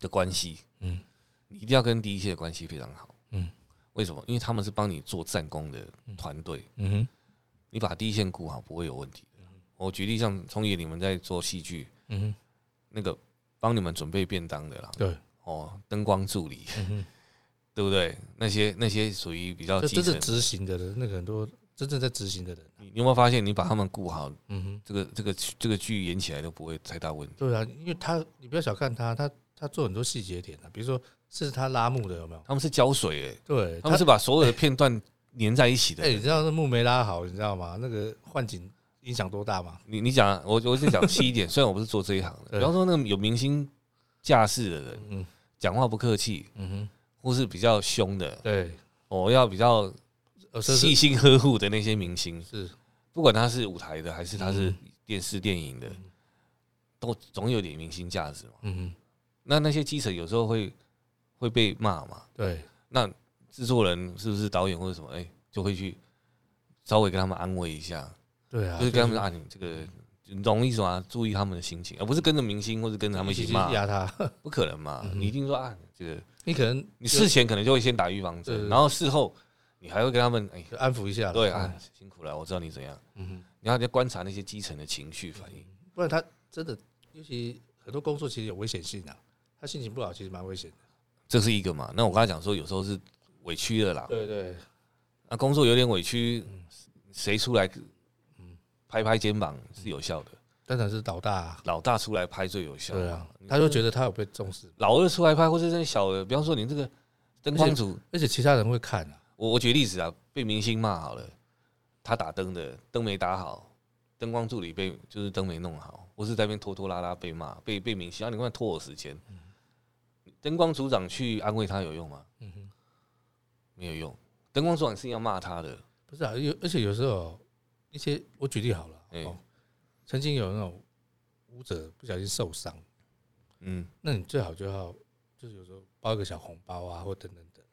Speaker 2: 的关系，
Speaker 1: 嗯
Speaker 2: 嗯，你一定要跟第一线的关系非常好，
Speaker 1: 嗯
Speaker 2: 嗯，为什么？因为他们是帮你做战功的团队，
Speaker 1: 嗯哼
Speaker 2: 你把第一线顾好不会有问题的。我举例像聪爷，你们在做戏剧，
Speaker 1: 嗯哼，
Speaker 2: 那个帮你们准备便当的啦，
Speaker 1: 对，
Speaker 2: 哦，灯光助理，
Speaker 1: 嗯哼。
Speaker 2: 对不对？那些那些属于比较
Speaker 1: 这
Speaker 2: 基
Speaker 1: 真
Speaker 2: 层
Speaker 1: 正，执行的人，那个很多真正在执行的人，啊
Speaker 2: 你你有没有发现，你把他们顾好，
Speaker 1: 嗯哼，
Speaker 2: 这个这个这个剧演起来都不会太大问题。
Speaker 1: 对啊，因为他你不要小看他，他他做很多细节点啊，比如说是他拉幕的有没有？
Speaker 2: 他们是胶水、欸，
Speaker 1: 对，
Speaker 2: 他们是把所有的片段粘在一起的
Speaker 1: 哎、。你知道那幕没拉好，你知道吗？那个幻景影响多大吗？
Speaker 2: 你你讲啊，我我是讲 细一点，虽然我不是做这一行的，
Speaker 1: 对
Speaker 2: 比方说那个有明星架势的人，
Speaker 1: 嗯
Speaker 2: 讲话不客气，
Speaker 1: 嗯哼，
Speaker 2: 或是比较凶的，
Speaker 1: 对，
Speaker 2: 哦，要比较
Speaker 1: 呃，这
Speaker 2: 细
Speaker 1: 是
Speaker 2: 心呵护的那些明星，
Speaker 1: 是
Speaker 2: 不管他是舞台的还是他是
Speaker 1: 嗯
Speaker 2: 电视电影的，都总有点明星价值嘛。
Speaker 1: 嗯哼，
Speaker 2: 那那些基层有时候会会被骂嘛，
Speaker 1: 对，
Speaker 2: 那制作人是不是导演或者什么，哎、就会去稍微跟他们安慰一下，
Speaker 1: 对啊，
Speaker 2: 就是跟他们说啊，你这个你懂我意思吗？啊注意他们的心情，而不是跟着明星或者跟着他们一起骂，
Speaker 1: 压他，
Speaker 2: 不可能
Speaker 1: 嗯
Speaker 2: 嘛！你一定说啊，这个
Speaker 1: 你可能
Speaker 2: 你事前可能就会先打预防
Speaker 1: 对
Speaker 2: 针，然后事后你还会跟他们哎，
Speaker 1: 就安抚一下啦，
Speaker 2: 对啊，辛苦了，我知道你怎样，
Speaker 1: 嗯哼，
Speaker 2: 你要你要观察那些基层的情绪反应，
Speaker 1: 不然他真的，尤其很多工作其实有危险性啊，他心情不好其实蛮危险的，
Speaker 2: 这是一个嘛。那我刚才讲说，有时候是委屈了啦，
Speaker 1: 对嗯对，
Speaker 2: 那工作有点委屈，谁出来
Speaker 1: 嗯
Speaker 2: 拍拍肩膀是有效的，
Speaker 1: 当然是老大、啊，
Speaker 2: 老大出来拍最有效嘛。
Speaker 1: 对啊，他就觉得他有被重视，
Speaker 2: 老二出来拍，或者是小的，比方说你这个灯光组
Speaker 1: 而且其他人会看啊，
Speaker 2: 我我举例子啊，被明星骂好了，他打灯的灯没打好，灯光助理被就是灯没弄好，或是在那边拖拖拉拉被骂，被被明星啊，你快拖我时间。灯光组长去安慰他有用吗？
Speaker 1: 嗯哼，
Speaker 2: 没有用，灯光组长是要骂他的，
Speaker 1: 不是啊，有而且有时候一些我举例好了，
Speaker 2: 哎
Speaker 1: 哦，曾经有那种舞者不小心受伤，
Speaker 2: 嗯，
Speaker 1: 那你最好就要就是有时候包一个小红包啊，或等等等，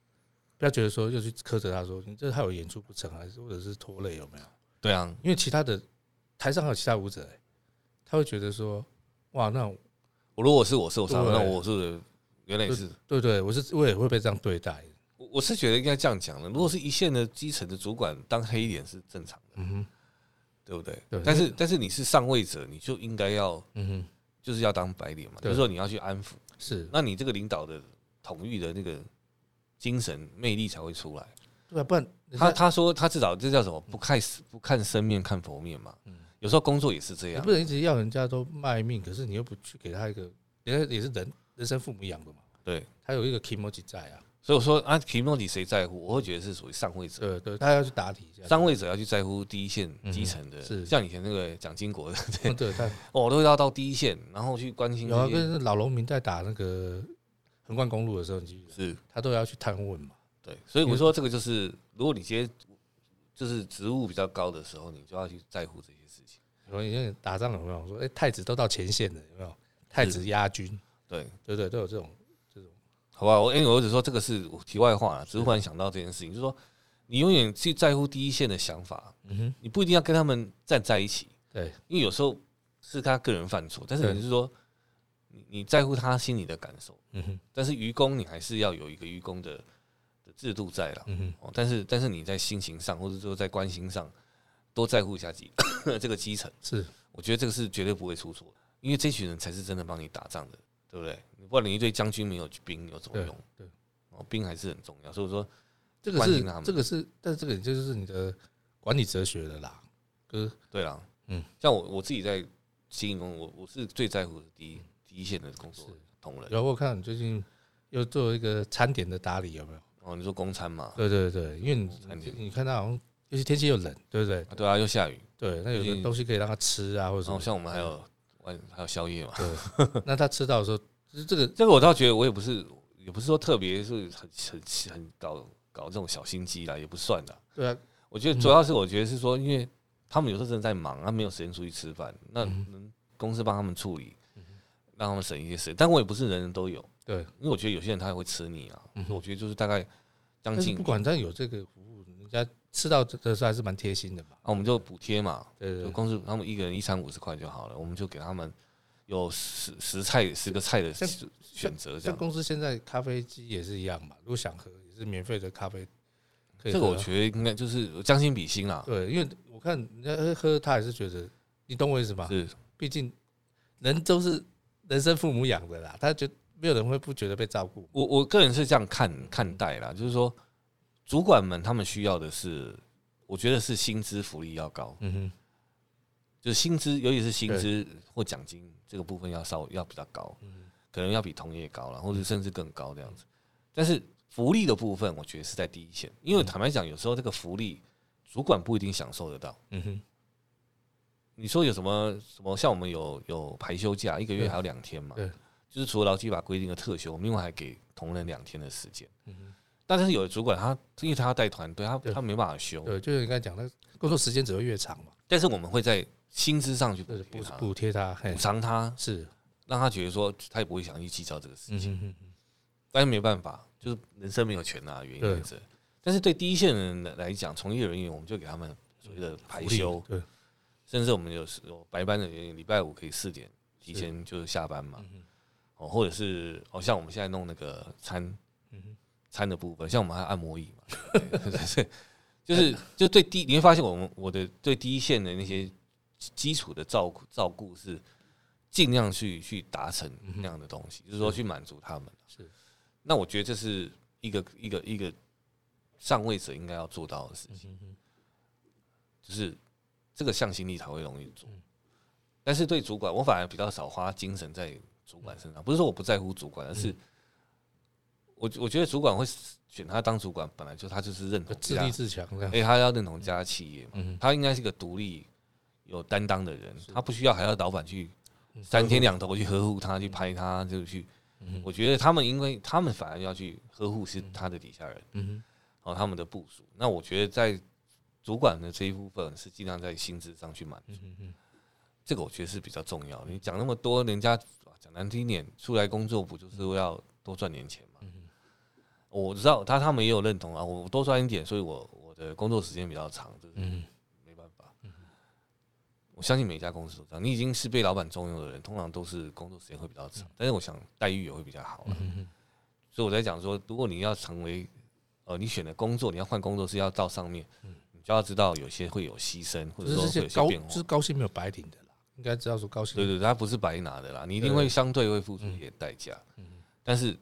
Speaker 1: 不要觉得说又去苛责他说你这还有演出不成啊，或者是拖累有没有？
Speaker 2: 对啊，
Speaker 1: 因为其他的台上还有其他舞者、哎他会觉得说哇，那
Speaker 2: 我如果是我受伤，
Speaker 1: 对
Speaker 2: 那我是原来也是
Speaker 1: 对对，我是我也会被这样对待，
Speaker 2: 我我是觉得应该这样讲的，如果是一线的基层的主管当黑脸是正常的，
Speaker 1: 嗯哼，
Speaker 2: 对不对？
Speaker 1: 对
Speaker 2: 但是但是你是上位者，你就应该要
Speaker 1: 嗯哼，
Speaker 2: 就是要当白脸嘛，就
Speaker 1: 对
Speaker 2: 是说你要去安抚。
Speaker 1: 是
Speaker 2: 那你这个领导的统御的那个精神魅力才会出来。
Speaker 1: 对啊，不然人
Speaker 2: 他
Speaker 1: 家
Speaker 2: 他说他至少这叫什么？不看不看生面看佛面嘛。有时候工作也是这
Speaker 1: 你
Speaker 2: 样
Speaker 1: 嗯不。能一直要人家都卖命，可是你又不去给他一个，人家也是人人生父母养的嘛，
Speaker 2: 对，
Speaker 1: 他有一个 k i m o j i 在啊，
Speaker 2: 所以我说啊，提莫里谁在乎？我会觉得是属于上位
Speaker 1: 对
Speaker 2: 者，
Speaker 1: 对，他要去打理一下，
Speaker 2: 上位者要去在乎第一线
Speaker 1: 嗯
Speaker 2: 基层的，
Speaker 1: 是
Speaker 2: 像以前那个蒋经国的，
Speaker 1: 嗯对，他
Speaker 2: 哦，我都要到第一线，然后去关心
Speaker 1: 有啊，
Speaker 2: 这些。
Speaker 1: 跟老农民在打那个横贯公路的时候，你记不记得
Speaker 2: 是，
Speaker 1: 他都要去探问嘛，
Speaker 2: 对，所以我说这个就是，如果你今天就是职务比较高的时候，你就要去在乎这些事情。
Speaker 1: 有人有打仗有没有说，哎、太子都到前线了，有没有？太子压军，
Speaker 2: 对，
Speaker 1: 对对，都有这种，
Speaker 2: 好吧，我因为我只说这个是题外话啦，只是忽然想到这件事情，就是说你永远去在乎第一线的想法，
Speaker 1: 嗯哼，
Speaker 2: 你不一定要跟他们站在一起，
Speaker 1: 对，
Speaker 2: 因为有时候是他个人犯错，但是
Speaker 1: 对
Speaker 2: 你是说你你在乎他心里的感受，
Speaker 1: 嗯哼，
Speaker 2: 但是愚公你还是要有一个愚公的的制度在啦。
Speaker 1: 嗯哼，
Speaker 2: 哦，但是但是你在心情上，或者说在关心上，多在乎一下基 这个基层，
Speaker 1: 是，
Speaker 2: 我觉得这个是绝对不会出错的，因为这群人才是真的帮你打仗的，对不对？不然你一堆将军没有兵有什么
Speaker 1: 对
Speaker 2: 用？
Speaker 1: 对，
Speaker 2: 哦，兵还是很重要。所以说，
Speaker 1: 这个
Speaker 2: 关
Speaker 1: 是
Speaker 2: 心他们
Speaker 1: 这个是，但是这个就是你的管理哲学了啦，哥，
Speaker 2: 对啦，
Speaker 1: 嗯
Speaker 2: 嗯，像我我自己在经营工，我我是最在乎的第一第一线的工
Speaker 1: 是
Speaker 2: 作，同仁。
Speaker 1: 然后我看你最近又做一个餐点的打理，有没有？
Speaker 2: 哦，你说公餐嘛？
Speaker 1: 对对对，因为
Speaker 2: 哦餐
Speaker 1: 你
Speaker 2: 点
Speaker 1: 你看它好像，尤其天气又冷，对不对？
Speaker 2: 啊对啊，又下雨，
Speaker 1: 对，那有
Speaker 2: 最
Speaker 1: 的
Speaker 2: 近
Speaker 1: 东西可以让它吃啊，或者
Speaker 2: 然
Speaker 1: 什
Speaker 2: 后
Speaker 1: 么。
Speaker 2: 像我们还有晚还有宵夜嘛。哦
Speaker 1: 对， 那它吃到的时候，就是这个
Speaker 2: 这个我倒觉得我也不是，也不是说特别是很很很搞搞这种小心机啦，也不算啦。
Speaker 1: 对啊，
Speaker 2: 我觉得主要是我觉得是说，因为他们有时候真的在忙，他没有时间出去吃饭，
Speaker 1: 嗯
Speaker 2: 那能公司帮他们处理，让他们省一些时间。但我也不是人人都有，
Speaker 1: 对，
Speaker 2: 因为我觉得有些人他也会吃腻啊。
Speaker 1: 嗯
Speaker 2: 我觉得就是大概将
Speaker 1: 但是
Speaker 2: 近
Speaker 1: 不管它有这个服务，人家吃到的时候还是蛮贴心的嘛。
Speaker 2: 啊，我们就补贴嘛，
Speaker 1: 对对
Speaker 2: 就
Speaker 1: 对，
Speaker 2: 公司他们一个人一餐五十块就好了，我们就给他们有十十菜十个菜的
Speaker 1: 像
Speaker 2: 选择这
Speaker 1: 像
Speaker 2: 样。
Speaker 1: 公司现在咖啡机也是一样嘛，如果想喝也是免费的咖啡可以
Speaker 2: 这个
Speaker 1: 喝
Speaker 2: 我
Speaker 1: 啊
Speaker 2: 觉得应该就是将心比心啦，
Speaker 1: 对，因为我看人家喝，他还是觉得，你懂我意思吗？
Speaker 2: 是
Speaker 1: 毕竟人都是人生父母养的啦，他觉得没有人会不觉得被照顾。
Speaker 2: 我我个人是这样看看待啦，就是说，主管们他们需要的是，我觉得是薪资福利要高，
Speaker 1: 嗯哼，
Speaker 2: 就是薪资，尤其是薪资或奖金这个部分要稍要比较高，可能要比同业高了，或者甚至更高这样子。但是福利的部分，我觉得是在第一线，因为坦白讲，有时候这个福利主管不一定享受得到。
Speaker 1: 嗯哼，
Speaker 2: 你说有什么什么？像我们有有排休假，一个月
Speaker 1: 对
Speaker 2: 还有两天嘛。
Speaker 1: 对，
Speaker 2: 就是除了劳基法规定的特休，我们另外还给同仁两天的时间。但是有的主管他，因为他要带团队，他
Speaker 1: 嗯对
Speaker 2: 他没办法休，
Speaker 1: 对，就是你刚才讲的，工作时间只会越长嘛，
Speaker 2: 但是我们会在薪资上去补
Speaker 1: 就是
Speaker 2: 贴
Speaker 1: 补
Speaker 2: 他，补
Speaker 1: 补贴他，嘿，
Speaker 2: 偿他，
Speaker 1: 是，
Speaker 2: 让他觉得说他也不会想去计较这个事
Speaker 1: 嗯
Speaker 2: 情。
Speaker 1: 哼哼哼，
Speaker 2: 但是没办法，就是人生没有权啊，原因在这。但是对第一线人来讲，从业人员我们就给他们所谓的排
Speaker 1: 福利
Speaker 2: 休，
Speaker 1: 对，
Speaker 2: 甚至我们有时有白班的人员，礼拜五可以四点提前就是下班
Speaker 1: 嗯
Speaker 2: 嘛，哦，或者是哦，像我们现在弄那个餐
Speaker 1: 嗯
Speaker 2: 餐的部分，像我们还有按摩椅嘛， 对对对就是就对第你会发现我们我的对第一线的那些基础的照顾照顾是尽量去去达成那样的东西，就是说去满足他们。
Speaker 1: 嗯
Speaker 2: 啊
Speaker 1: 是，
Speaker 2: 那我觉得这是一个一个一个上位者应该要做到的事情，
Speaker 1: 哼哼
Speaker 2: 就是这个向心力才会容易做。
Speaker 1: 嗯
Speaker 2: 但是对主管，我反而比较少花精神在主管身上。不是说我不在乎主管，而
Speaker 1: 嗯
Speaker 2: 是我我觉得主管会选他当主管，本来就他就是认
Speaker 1: 就
Speaker 2: 同
Speaker 1: 自
Speaker 2: 家
Speaker 1: 立，自强这样
Speaker 2: 哎，，他要认同家企业嘛，
Speaker 1: 嗯哼，
Speaker 2: 他应该是个独立有担当的人，他不需要还要老板去
Speaker 1: 嗯
Speaker 2: 三天，两头去呵护他，去拍他，就去。
Speaker 1: 嗯哼
Speaker 2: 我觉得他们因为他们反而要去呵护是他的底下人，
Speaker 1: 嗯哼，
Speaker 2: 然后他们的部署。那我觉得在主管的这一部分是尽量在薪资上去满足，
Speaker 1: 嗯哼嗯
Speaker 2: 这个我觉得是比较重要的。你讲那么多，人家讲难听一点，出来工作不就是为要多赚点钱嘛？
Speaker 1: 嗯
Speaker 2: 我知道他他们也有认同啊，我多赚一点，所以我我的工作时间比较长，这是
Speaker 1: 嗯
Speaker 2: 没办法。我相信每一家公司都这样，你已经是被老板重用的人，通常都是工作时间会比较长，但是我想待遇也会比较好、啊。
Speaker 1: 嗯嗯哼，
Speaker 2: 所以我在讲说，如果你要成为呃，你选的工作，你要换工作是要到上面，你就要知道有些会有牺牲，
Speaker 1: 嗯就
Speaker 2: 或者
Speaker 1: 是
Speaker 2: 说
Speaker 1: 这
Speaker 2: 会有
Speaker 1: 些
Speaker 2: 些
Speaker 1: 高，
Speaker 2: 变
Speaker 1: 就是
Speaker 2: 化。
Speaker 1: 高薪没有白领的啦，应该知道说高薪
Speaker 2: 对对，对他不是白拿的啦，你一定
Speaker 1: 对嗯
Speaker 2: 会相对会付出一点代价，但是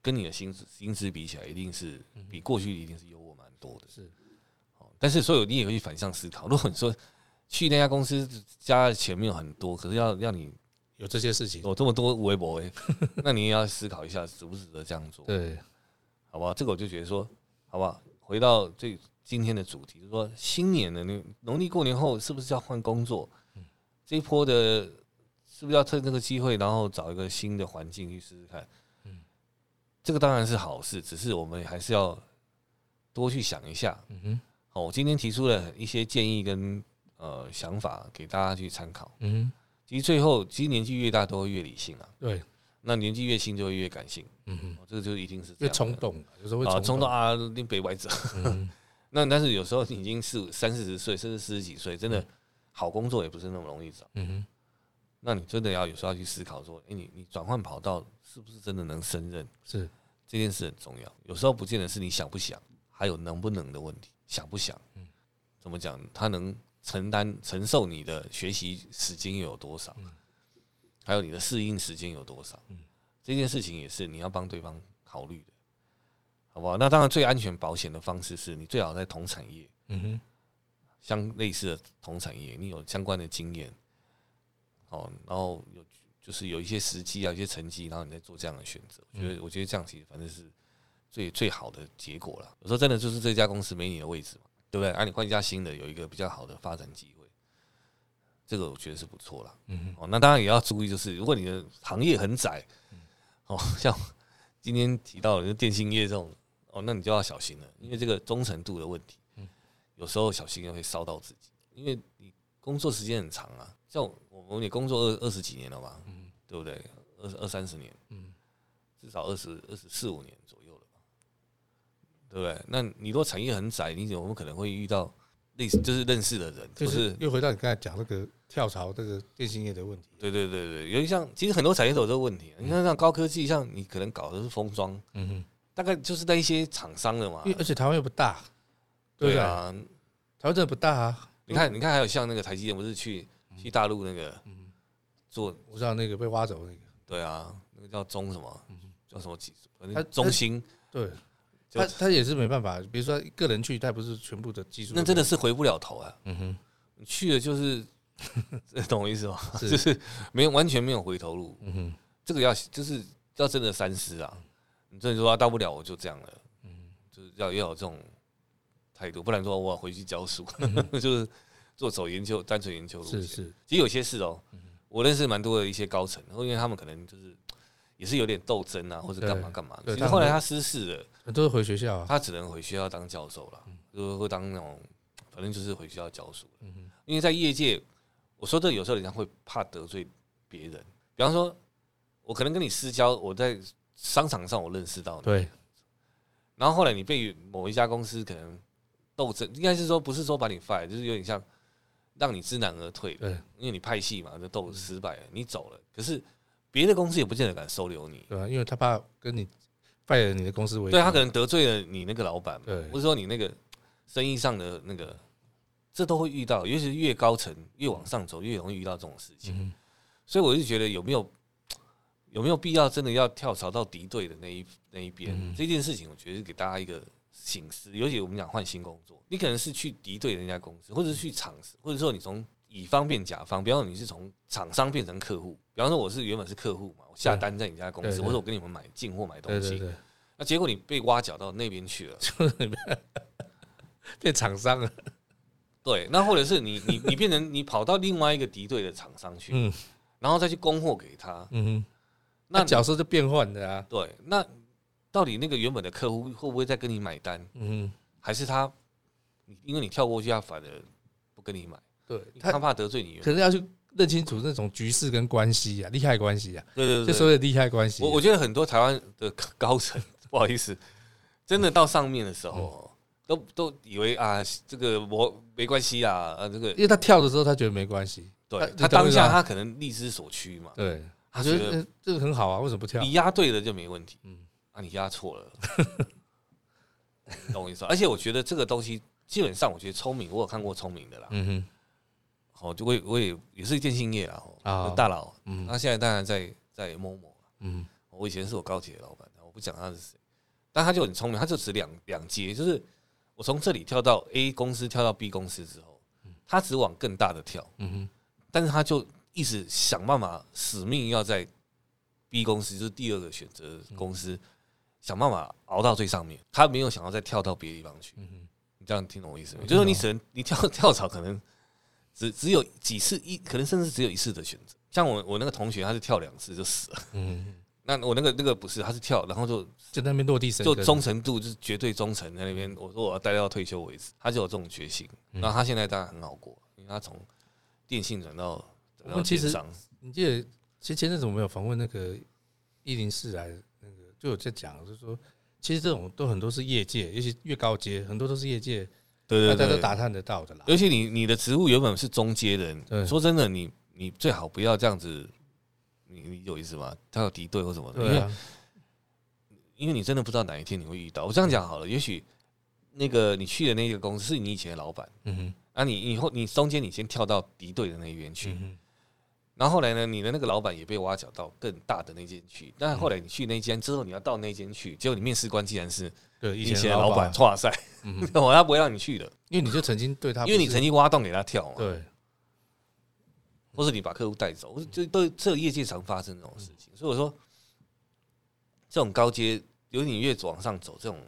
Speaker 2: 跟你的薪资薪资比起来，一定是比过去一定是优渥蛮多的。
Speaker 1: 嗯是，
Speaker 2: 哦但是所以你也会去反向思考，如果你说去那家公司加的钱没有很多，可是要要你
Speaker 1: 有这些事情，
Speaker 2: 有这么多微博哎，那你也要思考一下值不值得这样做。
Speaker 1: 对，
Speaker 2: 好不好？这个我就觉得说，好不好？回到最今天的主题，就是说新年的那农历过年后是不是要换工作？
Speaker 1: 嗯
Speaker 2: 这一波的，是不是要趁这个机会，然后找一个新的环境去试试看？
Speaker 1: 嗯
Speaker 2: 这个当然是好事，只是我们还是要多去想一下。
Speaker 1: 嗯哼，
Speaker 2: 好，我今天提出了一些建议跟呃想法给大家去参考。
Speaker 1: 嗯哼，
Speaker 2: 其实最后，其实年纪越大都会越理性啊，
Speaker 1: 对，
Speaker 2: 那年纪越轻就会越感性，
Speaker 1: 嗯哼。
Speaker 2: 哦这个就一定是
Speaker 1: 越
Speaker 2: 这样的
Speaker 1: 冲动，有时候会
Speaker 2: 啊，冲
Speaker 1: 冲
Speaker 2: 动啊，令北歪者。
Speaker 1: 嗯
Speaker 2: 那但是有时候你已经是三四十岁，甚至四十几岁，真的好工作也不是那么容易找。
Speaker 1: 嗯哼，
Speaker 2: 那你真的要有时候要去思考说，哎、你你转换跑道是不是真的能胜任？
Speaker 1: 是，
Speaker 2: 这件事很重要。有时候不见得是你想不想，还有能不能的问题。想不想，怎么讲？他能承担承受你的学习时间又有多少？还有你的适应时间有多少？这件事情也是你要帮对方考虑的，好不好？那当然，最安全保险的方式是你最好在同产业。
Speaker 1: 嗯哼，
Speaker 2: 相类似的同产业，你有相关的经验，哦，然后有就是有一些时机啊，有一些成绩，然后你再做这样的选择。我觉得，我觉得这样其实反正是最最好的结果了。有时候真的就是这家公司没你的位置嘛，对不对？啊，你换一家新的，有一个比较好的发展机会，这个我觉得是不错啦。
Speaker 1: 嗯
Speaker 2: 哦，那当然也要注意，就是如果你的行业很窄，
Speaker 1: 嗯
Speaker 2: 哦，像今天提到的就是电信业这种，哦，那你就要小心了，因为这个忠诚度的问题，
Speaker 1: 嗯
Speaker 2: 有时候小心又会烧到自己，因为你工作时间很长啊，像我我们也工作二二十几年了吧，
Speaker 1: 嗯
Speaker 2: 对不对？二二三十年，
Speaker 1: 嗯，
Speaker 2: 至少二十二十四五年左右了吧，对不对？那你如果产业很窄，你有没有可能会遇到类似就是认识的人，
Speaker 1: 就
Speaker 2: 就是是
Speaker 1: 又回到你刚才讲那个跳槽这个电信业的问题，
Speaker 2: 对对对对，尤其像其实很多产业都有这个问题。啊你看像高科技，像你可能搞的是封装，
Speaker 1: 嗯哼，
Speaker 2: 大概就是那一些厂商的嘛
Speaker 1: 因。为而且台湾又不大，对不
Speaker 2: 啊对
Speaker 1: 对，
Speaker 2: 啊，
Speaker 1: 台湾真的不大啊，
Speaker 2: 你看你看还有像那个台积电不是去
Speaker 1: 嗯
Speaker 2: 去大陆那个做
Speaker 1: 我知道那个被挖走那个，
Speaker 2: 对啊，那个叫中什么
Speaker 1: 嗯
Speaker 2: 叫什么技术，反
Speaker 1: 他
Speaker 2: 正中兴
Speaker 1: 对。
Speaker 2: 就
Speaker 1: 他他也是没办法，比如说个人去，他也不是全部的技术都没有。
Speaker 2: 那真的是回不了头啊。
Speaker 1: 嗯哼，
Speaker 2: 你去了就是懂我意思吗？
Speaker 1: 是
Speaker 2: 就是没有完全没有回头路。
Speaker 1: 嗯哼，
Speaker 2: 这个要就是要真的三思啊！你真的说啊大不了我就这样了，就是要要有这种态度，不然说我要回去教书， 就是做走研究、单纯研究路线。
Speaker 1: 是是，
Speaker 2: 其实有些事哦、我认识蛮多的一些高层，然后因为他们可能就是也是有点斗争啊，或者干嘛
Speaker 1: 对
Speaker 2: 干嘛。
Speaker 1: 对
Speaker 2: 其实
Speaker 1: 他们
Speaker 2: 后来他失势了，
Speaker 1: 都是回学校啊。
Speaker 2: 他只能回学校当教授了，就是会当那种，反正就是回学校教书。因为在业界，我说这有时候人家会怕得罪别人，比方说，我可能跟你私交，我在商场上我认识到你，
Speaker 1: 对，
Speaker 2: 然后后来你被某一家公司可能斗争，应该是说不是说把你 fire，就是有点像让你知难而退的，
Speaker 1: 对
Speaker 2: 因为你派系嘛，就斗失败了，你走了，可是别的公司也不见得敢收留你，
Speaker 1: 对啊，因为他怕跟你拜了你的公司为
Speaker 2: 对他可能得罪了你那个老板嘛，
Speaker 1: 对
Speaker 2: 或者说你那个生意上的那个，这都会遇到，尤其是越高层越往上走，越容易遇到这种事情。
Speaker 1: 嗯
Speaker 2: 所以我就觉得有没有有没有必要真的要跳槽到敌对的那一那一边、
Speaker 1: 嗯
Speaker 2: 这件事情，我觉得是给大家一个醒思。尤其我们讲换新工作，你可能是去敌对人家公司，或者是去厂子，或者说你从乙方变甲方，比方说你是从厂商变成客户，比方说我是原本是客户嘛，我下单在你家公司，
Speaker 1: 对对
Speaker 2: 或者我跟你们买进货买东
Speaker 1: 对
Speaker 2: 西，
Speaker 1: 对对，
Speaker 2: 那结果你被挖角到那边去了，
Speaker 1: 变厂商了，
Speaker 2: 对，那或者是你你你变成 你跑到另外一个敌对的厂商去，
Speaker 1: 嗯
Speaker 2: 然后再去供货给他，
Speaker 1: 嗯哼，
Speaker 2: 那
Speaker 1: 那
Speaker 2: 你
Speaker 1: 角色就变换的啊，
Speaker 2: 对，那到底那个原本的客户会不会再跟你买单，
Speaker 1: 嗯
Speaker 2: 还是他你因为你跳过去，他反而不跟你买，
Speaker 1: 哼，对
Speaker 2: 因为
Speaker 1: 他
Speaker 2: 他怕得罪你原
Speaker 1: 可
Speaker 2: 本。
Speaker 1: 能要去认清楚那种局势跟关系啊，利害关系啊，
Speaker 2: 对对
Speaker 1: 这
Speaker 2: 对
Speaker 1: 所
Speaker 2: 对，
Speaker 1: 谓的利害关系啊，
Speaker 2: 我我觉得很多台湾的高层， 不好意思，真的到上面的时
Speaker 1: 嗯
Speaker 2: 候，都都以为啊这个我没关系啦，啊这个
Speaker 1: 因为他跳的时候他觉得没关系，
Speaker 2: 对
Speaker 1: 他
Speaker 2: 他
Speaker 1: 你懂我
Speaker 2: 当
Speaker 1: 意思
Speaker 2: 下
Speaker 1: 吗
Speaker 2: 他可能力之所趋嘛，
Speaker 1: 对，
Speaker 2: 他
Speaker 1: 我
Speaker 2: 觉
Speaker 1: 觉
Speaker 2: 得
Speaker 1: 得呃这个很好啊，为什么不跳？
Speaker 2: 你压对了就没问题，嗯
Speaker 1: 嗯，
Speaker 2: 啊，你压错了， 你懂我意思吧？而且我觉得这个东西，基本上我觉得聪明，我有看过聪明的啦，
Speaker 1: 嗯哼，
Speaker 2: 哦，就我也我也也是电信业啦，哦
Speaker 1: 啊，
Speaker 2: 大佬，
Speaker 1: 嗯
Speaker 2: 他现在当然在在某某，
Speaker 1: 嗯
Speaker 2: 我以前是我高级的老板，我不讲他是谁，但他就很聪明，他就只两两阶，就是我从这里跳到 A 公司跳到 B 公司之后，他只往更大的跳，
Speaker 1: 嗯哼，
Speaker 2: 但是他就一直想办法，使命要在 B 公司，就是第二个选择公司，
Speaker 1: 嗯
Speaker 2: 想办法熬到最上面。他没有想要再跳到别的地方去。
Speaker 1: 嗯哼，
Speaker 2: 你这样听懂我意思吗？
Speaker 1: 我
Speaker 2: 就
Speaker 1: 听懂
Speaker 2: 是说你只能你跳跳槽，可能只只有几次一，可能甚至只有一次的选择。像我我那个同学，他是跳两次就死了。
Speaker 1: 嗯哼，
Speaker 2: 那我那个那个不是，他是跳，然后就
Speaker 1: 就在那边落地生
Speaker 2: 就
Speaker 1: 根
Speaker 2: 忠诚度就是绝对忠诚在那边。我说我要待到退休为止，他就有这种决心。
Speaker 1: 嗯
Speaker 2: 然后他现在当然很好过，因为他从电信转到转
Speaker 1: 我
Speaker 2: 到
Speaker 1: 们其
Speaker 2: 电
Speaker 1: 实
Speaker 2: 商。
Speaker 1: 你记得，其实前阵子我们有访问那个一零四来的那个，就有在讲，就是说，其实这种都很多是业界，尤其越高阶，很多都是业界
Speaker 2: 对
Speaker 1: 大
Speaker 2: 对
Speaker 1: 家
Speaker 2: 对，
Speaker 1: 都打探得到的啦。
Speaker 2: 尤其你你的职务原本是中阶人，
Speaker 1: 对
Speaker 2: 说真的，你你最好不要这样子，你你有意思吗？他有敌对或什么的，因
Speaker 1: 对
Speaker 2: 为
Speaker 1: 啊，
Speaker 2: 因为你真的不知道哪一天你会遇到。我这样讲好了，也许那个你去的那个公司是你以前的老板，
Speaker 1: 嗯哼，
Speaker 2: 啊你，你以后你中间你先跳到敌对的那一边去，
Speaker 1: 嗯
Speaker 2: 然后后来呢，你的那个老板也被挖角到更大的那间去，但后来你去那间之后，你要到那间去，结果你面试官竟然是
Speaker 1: 哼，对，
Speaker 2: 以
Speaker 1: 以
Speaker 2: 前
Speaker 1: 前
Speaker 2: 的
Speaker 1: 的
Speaker 2: 老板，
Speaker 1: 板，
Speaker 2: 哇塞，
Speaker 1: 嗯
Speaker 2: 我他不会让你去的，
Speaker 1: 因为你就曾经对他不
Speaker 2: 因
Speaker 1: 是，
Speaker 2: 为你曾经挖洞给他跳嘛，
Speaker 1: 对，
Speaker 2: 或是你把客户带走，这都这业界常发生这种事情。所以我说，这种高阶，有你越往上走，这种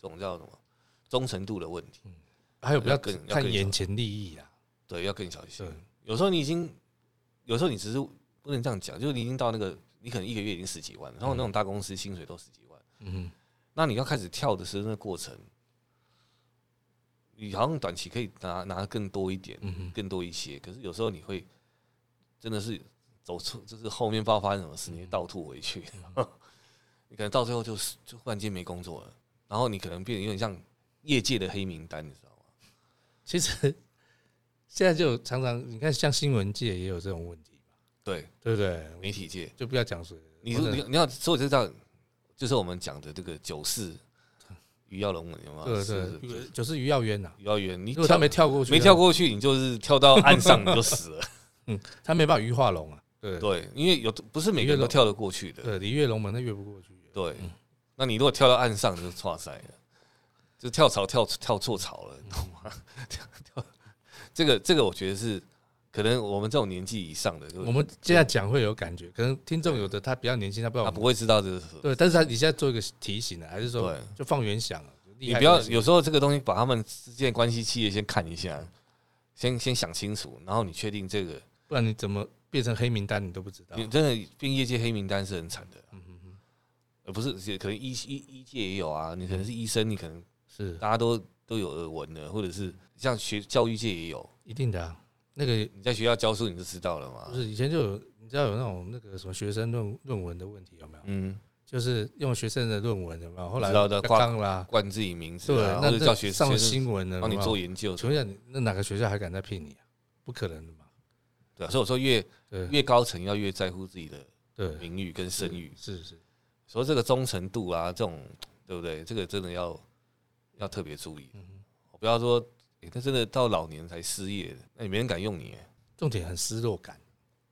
Speaker 2: 这种叫什么忠诚度的问题，
Speaker 1: 还有不要
Speaker 2: 要跟要
Speaker 1: 看
Speaker 2: 跟
Speaker 1: 眼前利益啊啦，
Speaker 2: 对，要更小心
Speaker 1: 对。
Speaker 2: 有时候你已经，有时候你只是不能这样讲，就是你已经到那个，你可能一个月已经十几万了，然后那种大公司薪水都十几万，
Speaker 1: 嗯，
Speaker 2: 那你要开始跳的时候，那过程，你好像短期可以拿拿更多一点，
Speaker 1: 嗯哼
Speaker 2: 更多一些，可是有时候你会真的是走错，就是后面不知道发生什么事，
Speaker 1: 嗯
Speaker 2: 你倒吐回去， 你可能到最后就是就忽然间没工作了，然后你可能变得有点像业界的黑名单，你知道吗？
Speaker 1: 其实现在就常常你看，像新闻界也有这种问题嘛，
Speaker 2: 对，
Speaker 1: 对不对？
Speaker 2: 媒体界，
Speaker 1: 就不要讲谁，
Speaker 2: 你
Speaker 1: 或者
Speaker 2: 你你要，所以就知道，就是我们讲的这个九四于耀龙，有吗？
Speaker 1: 对
Speaker 2: 啊是
Speaker 1: 对，对就是于耀渊呐，
Speaker 2: 于耀元，你
Speaker 1: 啊如果他
Speaker 2: 跳
Speaker 1: 没跳过去，
Speaker 2: 没跳，过去，你就是跳到岸上你就死了。
Speaker 1: 他没办法于化龙啊， 对
Speaker 2: 对，因为有不是每个人都跳得过去的。
Speaker 1: 对，你越龙门那越不过去，
Speaker 2: 对，那你如果跳到岸上，你就错赛了，就跳槽跳跳错槽了，你懂吗？ 跳跳这个这个，我觉得是可能我们这种年纪以上的，就
Speaker 1: 我们现在讲会有感觉，可能听众有的他比较年轻，他不知道
Speaker 2: 他不会知道这是什么。
Speaker 1: 对，但是他你现在做一个提醒啊，还是说
Speaker 2: 对
Speaker 1: 就放远想啊，厉
Speaker 2: 你
Speaker 1: 害
Speaker 2: 不要
Speaker 1: 的
Speaker 2: 有时候这个东西把他们之间的关系企业先看一下，先先想清楚，然后你确定这个，
Speaker 1: 不然你怎么变成黑名单你都不知道。
Speaker 2: 你真的变业界黑名单是很惨的。
Speaker 1: 嗯
Speaker 2: 呃，不是，也可能医医医界也有啊，你可能是医生，你可能
Speaker 1: 是
Speaker 2: 大家都都有耳闻的，或者是像学教育界也有，
Speaker 1: 一定的、啊，那个
Speaker 2: 你在学校教书你就知道了
Speaker 1: 不
Speaker 2: 嘛。
Speaker 1: 是以前就有，你知道有那种那个什么学生论论文的问题有没有？
Speaker 2: 嗯，
Speaker 1: 就是用学生的论文有没有？后来
Speaker 2: 知道的挂
Speaker 1: 刚啦，
Speaker 2: 冠自己名字
Speaker 1: 对，
Speaker 2: 啊，
Speaker 1: 那
Speaker 2: 或者
Speaker 1: 那
Speaker 2: 叫学
Speaker 1: 上
Speaker 2: 学
Speaker 1: 了
Speaker 2: 生
Speaker 1: 新闻了，
Speaker 2: 帮你
Speaker 1: 有没有
Speaker 2: 做研究，
Speaker 1: 请问一下，你那哪个学校还敢再骗你啊？不可能的嘛，
Speaker 2: 对啊。所以我说越
Speaker 1: 对
Speaker 2: 越高层要越在乎自己的
Speaker 1: 对，
Speaker 2: 名誉跟声誉，
Speaker 1: 是是，
Speaker 2: 所以这个忠诚度啊，这种对不对？这个真的要要特别注意。
Speaker 1: 嗯
Speaker 2: 我不要说，诶他、真的到老年才失业，那也没人敢用你。诶
Speaker 1: 重点很失落感，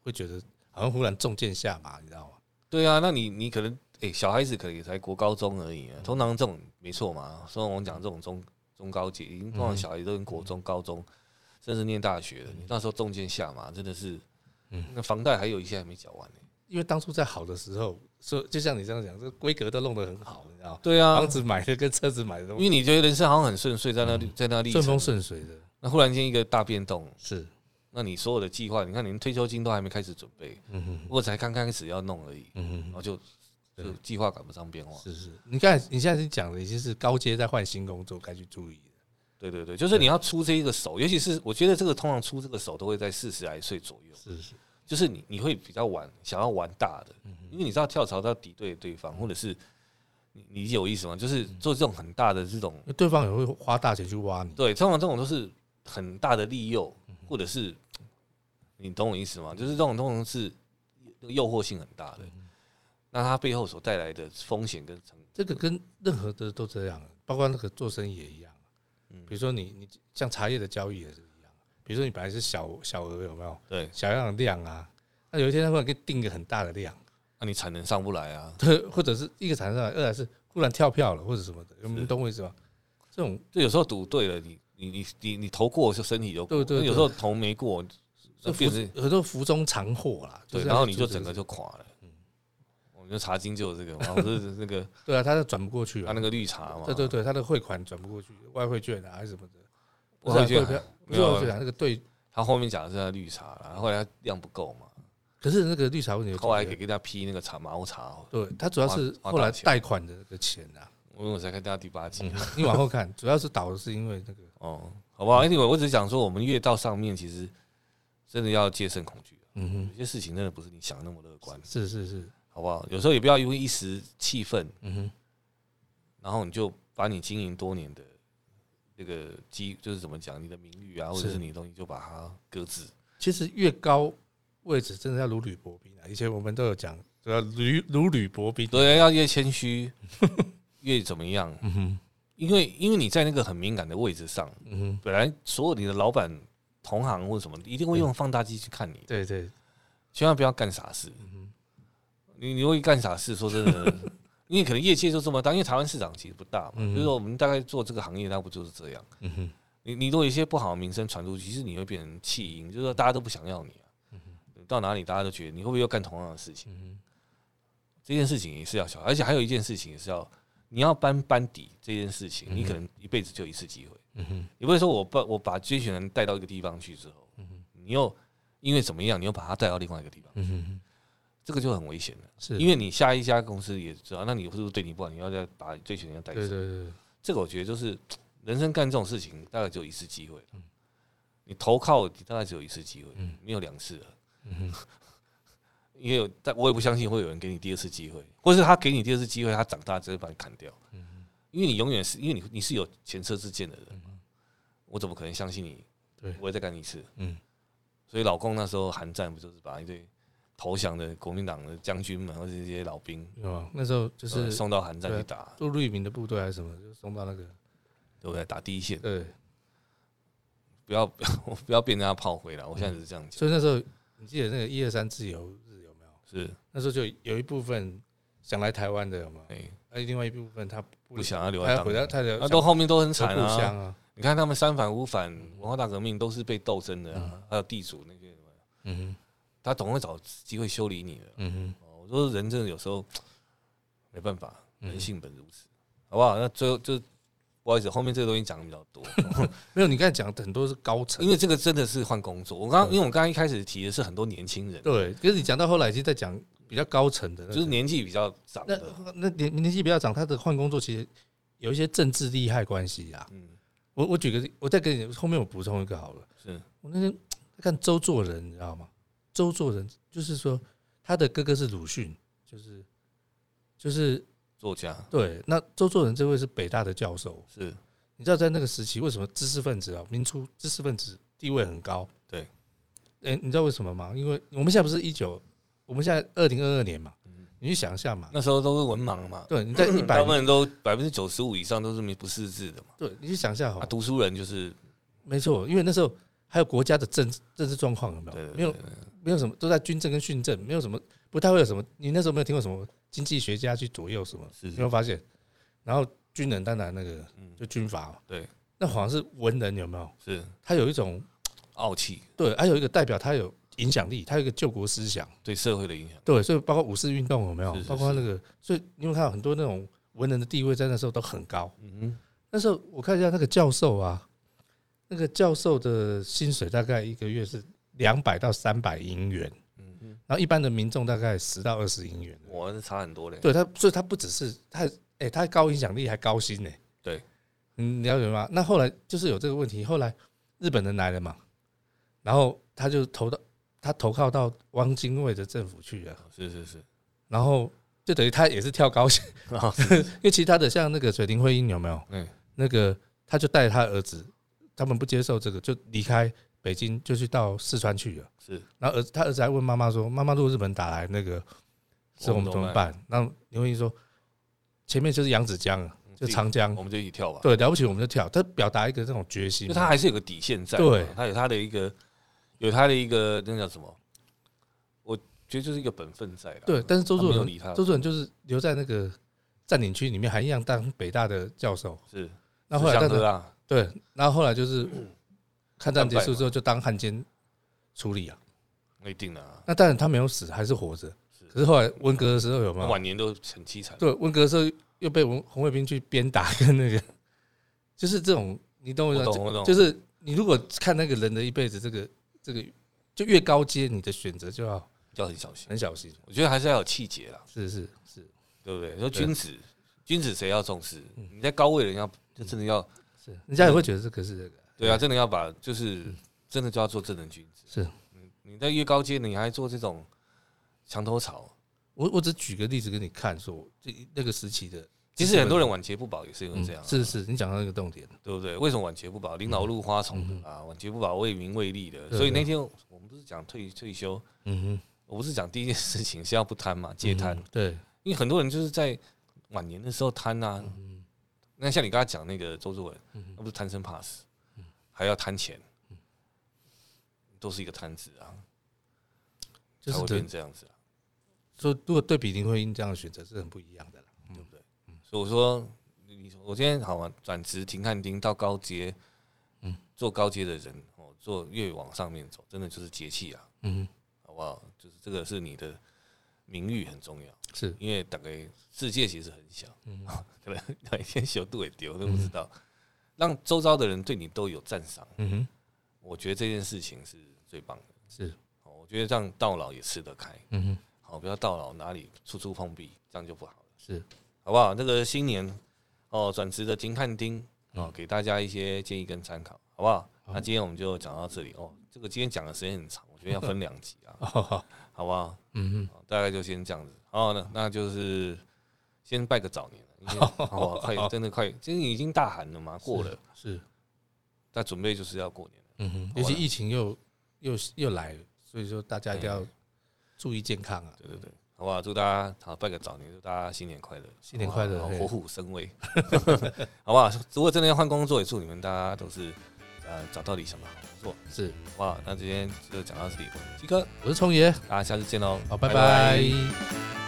Speaker 1: 会觉得好像忽然中箭下马，你知道吗？
Speaker 2: 对啊，那你你可能诶、小孩子可能也才国高中而已、啊。通常这种没错嘛，所以我们讲这种中中高级，已经
Speaker 1: 嗯
Speaker 2: 通常小孩子都已经国中、高中，甚至念大学了。
Speaker 1: 嗯
Speaker 2: 你那时候中箭下马，真的是，那房贷还有一些还没缴完呢、
Speaker 1: 因为当初在好的时候，说就像你这样讲，这个规格都弄得很好，你知道吗，
Speaker 2: 对啊
Speaker 1: 房，子买的跟车子买的
Speaker 2: 因
Speaker 1: 都
Speaker 2: 为你觉得人生好像很顺遂，在那里在那里
Speaker 1: 顺风，顺水的，
Speaker 2: 那忽然间一个大变动，
Speaker 1: 是，
Speaker 2: 那你所有的计划，你看连退休金都还没开始准备，
Speaker 1: 嗯哼，
Speaker 2: 我才刚开始要弄而已，
Speaker 1: 嗯
Speaker 2: 然后就就计划赶不上变化
Speaker 1: 哼，。是是。你看你现在是讲的已经是高阶在换新工作，该去注意的。
Speaker 2: 对对对，就是你要出这一个手，尤其是我觉得这个通常出这个手都会在四十来岁左右，
Speaker 1: 是嗯是，
Speaker 2: 就是你你会比较玩，想要玩大的，因为你知道跳槽到敌对对方，或者是你你有意思吗？就是
Speaker 1: 嗯
Speaker 2: 做这种很大的这种，
Speaker 1: 因为对方也会花大钱去挖你。
Speaker 2: 对，通常这种都是很大的利诱，
Speaker 1: 嗯
Speaker 2: 或者是你懂我意思吗？就是这种通常是诱惑性很大
Speaker 1: 嗯
Speaker 2: 的，那它背后所带来的风险跟成
Speaker 1: 这个跟任何的都这样，啊包括那个做生意也一样。啊
Speaker 2: 嗯
Speaker 1: 比如说你你像茶叶的交易也是一样，啊比如说你本来是小小额有没有
Speaker 2: 对，
Speaker 1: 小样的量啊，那有一天他忽然给你定一个很大的量，
Speaker 2: 那啊你产能上不来啊，
Speaker 1: 对，或者是一个产生，二来是忽然跳票了或者什么的，你们懂我意思吗？这种
Speaker 2: 就有时候赌对了，你你你你你投过就身体就过
Speaker 1: 对对
Speaker 2: 那有
Speaker 1: 对
Speaker 2: 时候投没过，那
Speaker 1: 就
Speaker 2: 变成
Speaker 1: 福很多福中藏祸啦，就
Speaker 2: 对，
Speaker 1: 是
Speaker 2: 然后你
Speaker 1: 要
Speaker 2: 就
Speaker 1: 去
Speaker 2: 整个就垮了。
Speaker 1: 嗯
Speaker 2: 我们就查经就有这个嘛，不是那个
Speaker 1: 对啊，他就转不过去
Speaker 2: 他
Speaker 1: 啊
Speaker 2: 那，个绿茶嘛，
Speaker 1: 对对对，他的汇款转不过去，外汇券啊还是什么的，
Speaker 2: 我后
Speaker 1: 不是啊
Speaker 2: 觉
Speaker 1: 汇
Speaker 2: 得
Speaker 1: 票不
Speaker 2: 没
Speaker 1: 是
Speaker 2: 有
Speaker 1: 外汇券啊，那个对，
Speaker 2: 他后面讲的是他绿茶啦，后来他量不够嘛，
Speaker 1: 可是那个绿茶问题有解决，
Speaker 2: 后来给给他批那个茶毛茶，哦
Speaker 1: 对他主要是
Speaker 2: 嗯花花大
Speaker 1: 后来
Speaker 2: 钱嗯
Speaker 1: 贷款的那个钱啊，
Speaker 2: 因为我才看到第八集
Speaker 1: 你往后看，主要是倒的是因为那 个，
Speaker 2: 哦，好不好？Anyway，我只是想说，我们越到上面，其实真的要戒慎恐惧，啊
Speaker 1: 嗯哼，
Speaker 2: 有些事情真的不是你想的那么乐观，
Speaker 1: 是是是，
Speaker 2: 好不好？有时候也不要因为一时气愤，
Speaker 1: 嗯哼，
Speaker 2: 然后你就把你经营多年的这个基，就是怎么讲，你的名誉啊，或者
Speaker 1: 是
Speaker 2: 是你的东西，就把它搁置。
Speaker 1: 其实越高位置真的要如履薄冰啊，以前我们都有讲，主要履如履薄冰，
Speaker 2: 对，啊要越谦 虚，越怎么样？
Speaker 1: 嗯哼，
Speaker 2: 因为因为你在那个很敏感的位置上，
Speaker 1: 嗯哼，
Speaker 2: 本来所有你的老板、同行或者什么，一定会用放大镜去看你，
Speaker 1: 对对，
Speaker 2: 千万不要干傻事。你你会干傻事，说真的，因为可能业界就这么大，因为台湾市场其实不大嘛，
Speaker 1: 嗯
Speaker 2: 就是说我们大概做这个行业，那不就是这样？
Speaker 1: 嗯哼，
Speaker 2: 你你如果有一些不好的名声传出去，其实你会变成弃婴，就是说大家都不想要你啊。到哪里大家都觉得你会不会又干同样的事情？
Speaker 1: 嗯
Speaker 2: 这件事情也是要小，而且还有一件事情也是要，你要搬班底这件事情，你可能一辈子就一次机会。
Speaker 1: 哼嗯哼
Speaker 2: 你不会说我把我把这群人带到一个地方去之后，你又因为怎么样，你又把他带到另外一个地方，
Speaker 1: 嗯哼，
Speaker 2: 这个就很危险了。
Speaker 1: 是
Speaker 2: 因为你下一家公司也知道，那你是不是对你不好，你要再把这群人带
Speaker 1: 对对
Speaker 2: 走？
Speaker 1: 对，对
Speaker 2: 这个我觉得就是人生干这种事情，大概只有一次机会了。你投靠，你大概只有一次机会，没有两次了。
Speaker 1: 嗯
Speaker 2: 因为有但我也不相信会有人给你第二次机会，或是他给你第二次机会，他长大直接把你砍掉。
Speaker 1: 嗯
Speaker 2: 因为你永远是因为你你是有前车之鉴的人嘛，我怎么可能相信你？
Speaker 1: 对
Speaker 2: 我会再干你一次。
Speaker 1: 嗯，
Speaker 2: 所以老共那时候韩战不就是把一堆投降的国民党的将军们或者这些老兵，
Speaker 1: 有啊，那时候就
Speaker 2: 呃
Speaker 1: 是
Speaker 2: 送到韩战
Speaker 1: 对啊
Speaker 2: 去打，
Speaker 1: 杜律明的部队还是什么，就送到那个
Speaker 2: 对不对？打第一线，
Speaker 1: 对，
Speaker 2: 不要 我不要变成他炮灰了。我现在只是这样讲，
Speaker 1: 所以那时候你记得那个一二三自由日有没有？
Speaker 2: 是
Speaker 1: 那时候就有一部分想来台湾的有没有？
Speaker 2: 哎，
Speaker 1: 而另外一部分他不
Speaker 2: 不想要留
Speaker 1: 他要
Speaker 2: 在当
Speaker 1: 回
Speaker 2: 地
Speaker 1: 到，他的
Speaker 2: 啊那都后面都很惨
Speaker 1: 故
Speaker 2: 啊。
Speaker 1: 乡啊，
Speaker 2: 你看他们三反五反文化大革命都是被斗争的啊，还有地主那些，
Speaker 1: 嗯哼
Speaker 2: 他总会找机会修理你的。
Speaker 1: 嗯哼
Speaker 2: 哦我说人真的有时候没办法，
Speaker 1: 嗯
Speaker 2: 人性本如此，好不好？那最后就不好意思，后面这个东西讲的比较 多，
Speaker 1: 没有，你刚才讲的很多是高层，
Speaker 2: 因为这个真的是换工作。我刚
Speaker 1: 对
Speaker 2: 因为我刚刚一开始提的是很多年轻人，
Speaker 1: 对，可是你讲到后来已经在讲比较高层的那
Speaker 2: 就
Speaker 1: 种，
Speaker 2: 是年纪比较长
Speaker 1: 那
Speaker 2: 的，
Speaker 1: 那年年纪比较长，他的换工作其实有一些政治利害关系啊。
Speaker 2: 嗯，
Speaker 1: 我我举个例，我再给你后面我补充一个好了。
Speaker 2: 是
Speaker 1: 我那天看周作人，你知道吗？周作人就是说他的哥哥是鲁迅，就是就是
Speaker 2: 作家
Speaker 1: 对。那周作人这位是北大的教授，
Speaker 2: 是
Speaker 1: 你知道在那个时期为什么知识分子啊，民初知识分子地位很高？
Speaker 2: 对。
Speaker 1: 哎、你知道为什么吗？因为我们现在不是一九，我们现在二零二二年嘛，
Speaker 2: 嗯
Speaker 1: 你去想一下嘛。
Speaker 2: 那时候都是文盲嘛，
Speaker 1: 对， 你在一
Speaker 2: 嗯大
Speaker 1: 百
Speaker 2: 部分人都百分之九十五以上都是没不识字的嘛，
Speaker 1: 对，你去想一下好
Speaker 2: 啊，
Speaker 1: 了，
Speaker 2: 读书人就是
Speaker 1: 没错，因为那时候还有国家的政政治状况有没
Speaker 2: 对
Speaker 1: 有？
Speaker 2: 对
Speaker 1: 没有
Speaker 2: 对
Speaker 1: 没有什么都在军政跟训政，没有什么不太会有什么。你那时候没有听过什么经济学家去左右什么？
Speaker 2: 是嗯
Speaker 1: 有没有发现？然后军人当然那个就军阀嘛，
Speaker 2: 对，
Speaker 1: 那好像是文人有没有？
Speaker 2: 是
Speaker 1: 他有一种
Speaker 2: 傲气
Speaker 1: 对，还有一个代表他有影响力，他有一个救国思想，
Speaker 2: 对社会的影响，
Speaker 1: 对，所以包括五四运动有没有
Speaker 2: 是？是
Speaker 1: 包括那个，所以你有没有看到很多那种文人的地位在那时候都很高。
Speaker 2: 嗯
Speaker 1: 那时候我看一下那个教授啊，那个教授的薪水大概一个月是两百到三百银元，
Speaker 2: 嗯哼，
Speaker 1: 然后一般的民众大概十到二十银元。
Speaker 2: 我还是差很多嘞，
Speaker 1: 对他，所以他不只是他，哎、他高影响力还高薪呢、
Speaker 2: 对，
Speaker 1: 嗯，了解吗？那后来就是有这个问题，后来日本人来了嘛，然后他就投到他投靠到汪精卫的政府去了，
Speaker 2: 是 是是，
Speaker 1: 然后就等于他也是跳高薪。因为其他的像那个水灵慧英有没有？
Speaker 2: 嗯
Speaker 1: 那个他就带他儿子，他们不接受这个，就离开北京，就去到四川去了。
Speaker 2: 是，
Speaker 1: 然后儿子他儿子还问妈妈说：“妈妈，如果日本打来，那个是我们怎么办？”然后林慧英说：“前面就是扬子江啊，就长江，
Speaker 2: 嗯我们就一起跳吧。
Speaker 1: 对，了不起我们就跳。”他表达一个这种决心
Speaker 2: 就，他还是有个底线在嘛，
Speaker 1: 对
Speaker 2: 他有他的一个，有他的一个那叫什么？我觉得就是一个本分在啦。
Speaker 1: 对。但是周
Speaker 2: 他
Speaker 1: 作
Speaker 2: 没有
Speaker 1: 人，
Speaker 2: 理他，
Speaker 1: 周作人就是留在那个占领区里面，还一样当北大的教授。
Speaker 2: 是
Speaker 1: 那后来
Speaker 2: 吃
Speaker 1: 但
Speaker 2: 香
Speaker 1: 是
Speaker 2: 喝啊，
Speaker 1: 对，然后后来就是抗战结
Speaker 2: 嗯战败嗯
Speaker 1: 束之后，就当汉奸处理啊。
Speaker 2: 那一定的啊。
Speaker 1: 那当然他没有死，还是活着。可是后来文革的时候有没
Speaker 2: 那
Speaker 1: 有？
Speaker 2: 晚年都很凄惨，
Speaker 1: 对，文革的时候又被文红卫兵去鞭打，跟那个就是这种，你懂我意
Speaker 2: 我
Speaker 1: 思
Speaker 2: 懂
Speaker 1: 吗？
Speaker 2: 我懂，
Speaker 1: 就是你如果看那个人的一辈子，这个这个就越高阶，你的选择就要
Speaker 2: 要很小心。
Speaker 1: 很小心。
Speaker 2: 我觉得还是要有气节啦，
Speaker 1: 是是是，
Speaker 2: 对不对？说君子，君子谁要重视？
Speaker 1: 嗯
Speaker 2: 你在高位的人要，就真的要，
Speaker 1: 是，人家也会觉得这个是这个。
Speaker 2: 对啊，真的要把，就是真的就要做正人君子。
Speaker 1: 是
Speaker 2: 嗯，你在越高阶，你还做这种墙头草，
Speaker 1: 我我只举个例子给你看，说这那个时期的，
Speaker 2: 其实很多人晚节不保也是因为这样啊。
Speaker 1: 嗯是是，你讲到那个重点，
Speaker 2: 对不对？为什么晚节不保？领导入花丛的啊，晚节不保为民为利的。
Speaker 1: 对
Speaker 2: 所以那天我们不是讲退退休，
Speaker 1: 嗯
Speaker 2: 我不是讲第一件事情是要不贪嘛，戒贪
Speaker 1: 哼，，嗯对，
Speaker 2: 因为很多人就是在晚年的时候贪啊。
Speaker 1: 嗯
Speaker 2: 那像你刚才讲那个周作文，那不是贪生怕死，
Speaker 1: 嗯
Speaker 2: 还要贪钱，都是一个贪字啊，
Speaker 1: 就
Speaker 2: 才
Speaker 1: 是
Speaker 2: 会
Speaker 1: 对
Speaker 2: 变这样子啊，
Speaker 1: 说如果对比林徽因这样的选择是很不一样的啦。
Speaker 2: 对不对？所以我说，你我今天好玩，转职停看丁到高阶，
Speaker 1: 嗯
Speaker 2: 做高阶的人哦，做越往上面走，真的就是节气啊。
Speaker 1: 嗯，
Speaker 2: 好好不好？就是这个是你的名誉很重要，
Speaker 1: 是
Speaker 2: 因为大概世界其实很小， 可能哪一天小度也丢都不知道，让周遭的人对你都有赞赏，
Speaker 1: 嗯哼，
Speaker 2: 我觉得这件事情是最棒的。
Speaker 1: 是，
Speaker 2: 哦我觉得这样到老也吃得开，
Speaker 1: 嗯哼，
Speaker 2: 好，不要到老哪里处处碰壁，这样就不好了，
Speaker 1: 是，，
Speaker 2: 好不好？这个新年哦，转职的金汉丁哦，给大家一些建议跟参考，好不好？那今天我们就讲到这里哦。这个今天讲的时间很长，我觉得要分两集啊
Speaker 1: 哦，
Speaker 2: 好不好？
Speaker 1: 嗯
Speaker 2: 好大概就先这样子。好，那那就是先拜个早年了，因为 哦，快真的快，今天已经大寒了嘛，过了，
Speaker 1: 哼，是，
Speaker 2: 那准备就是要过年了。
Speaker 1: 嗯哼，尤其疫情又又又来了，所以说大家一定要注意健康啊，
Speaker 2: 对对对，好不好？祝大家好拜个早年，祝大家新年快乐，
Speaker 1: 新年快乐
Speaker 2: 好不好
Speaker 1: 嘿
Speaker 2: 虎虎生威， 好不好？如果真的要换工作，也祝你们大家都是呃找到理想的好工作，
Speaker 1: 是，
Speaker 2: 好不好？那今天就讲到这里，我是鸡哥，
Speaker 1: 我是聪爷，
Speaker 2: 大家下次见喽，
Speaker 1: 好，拜拜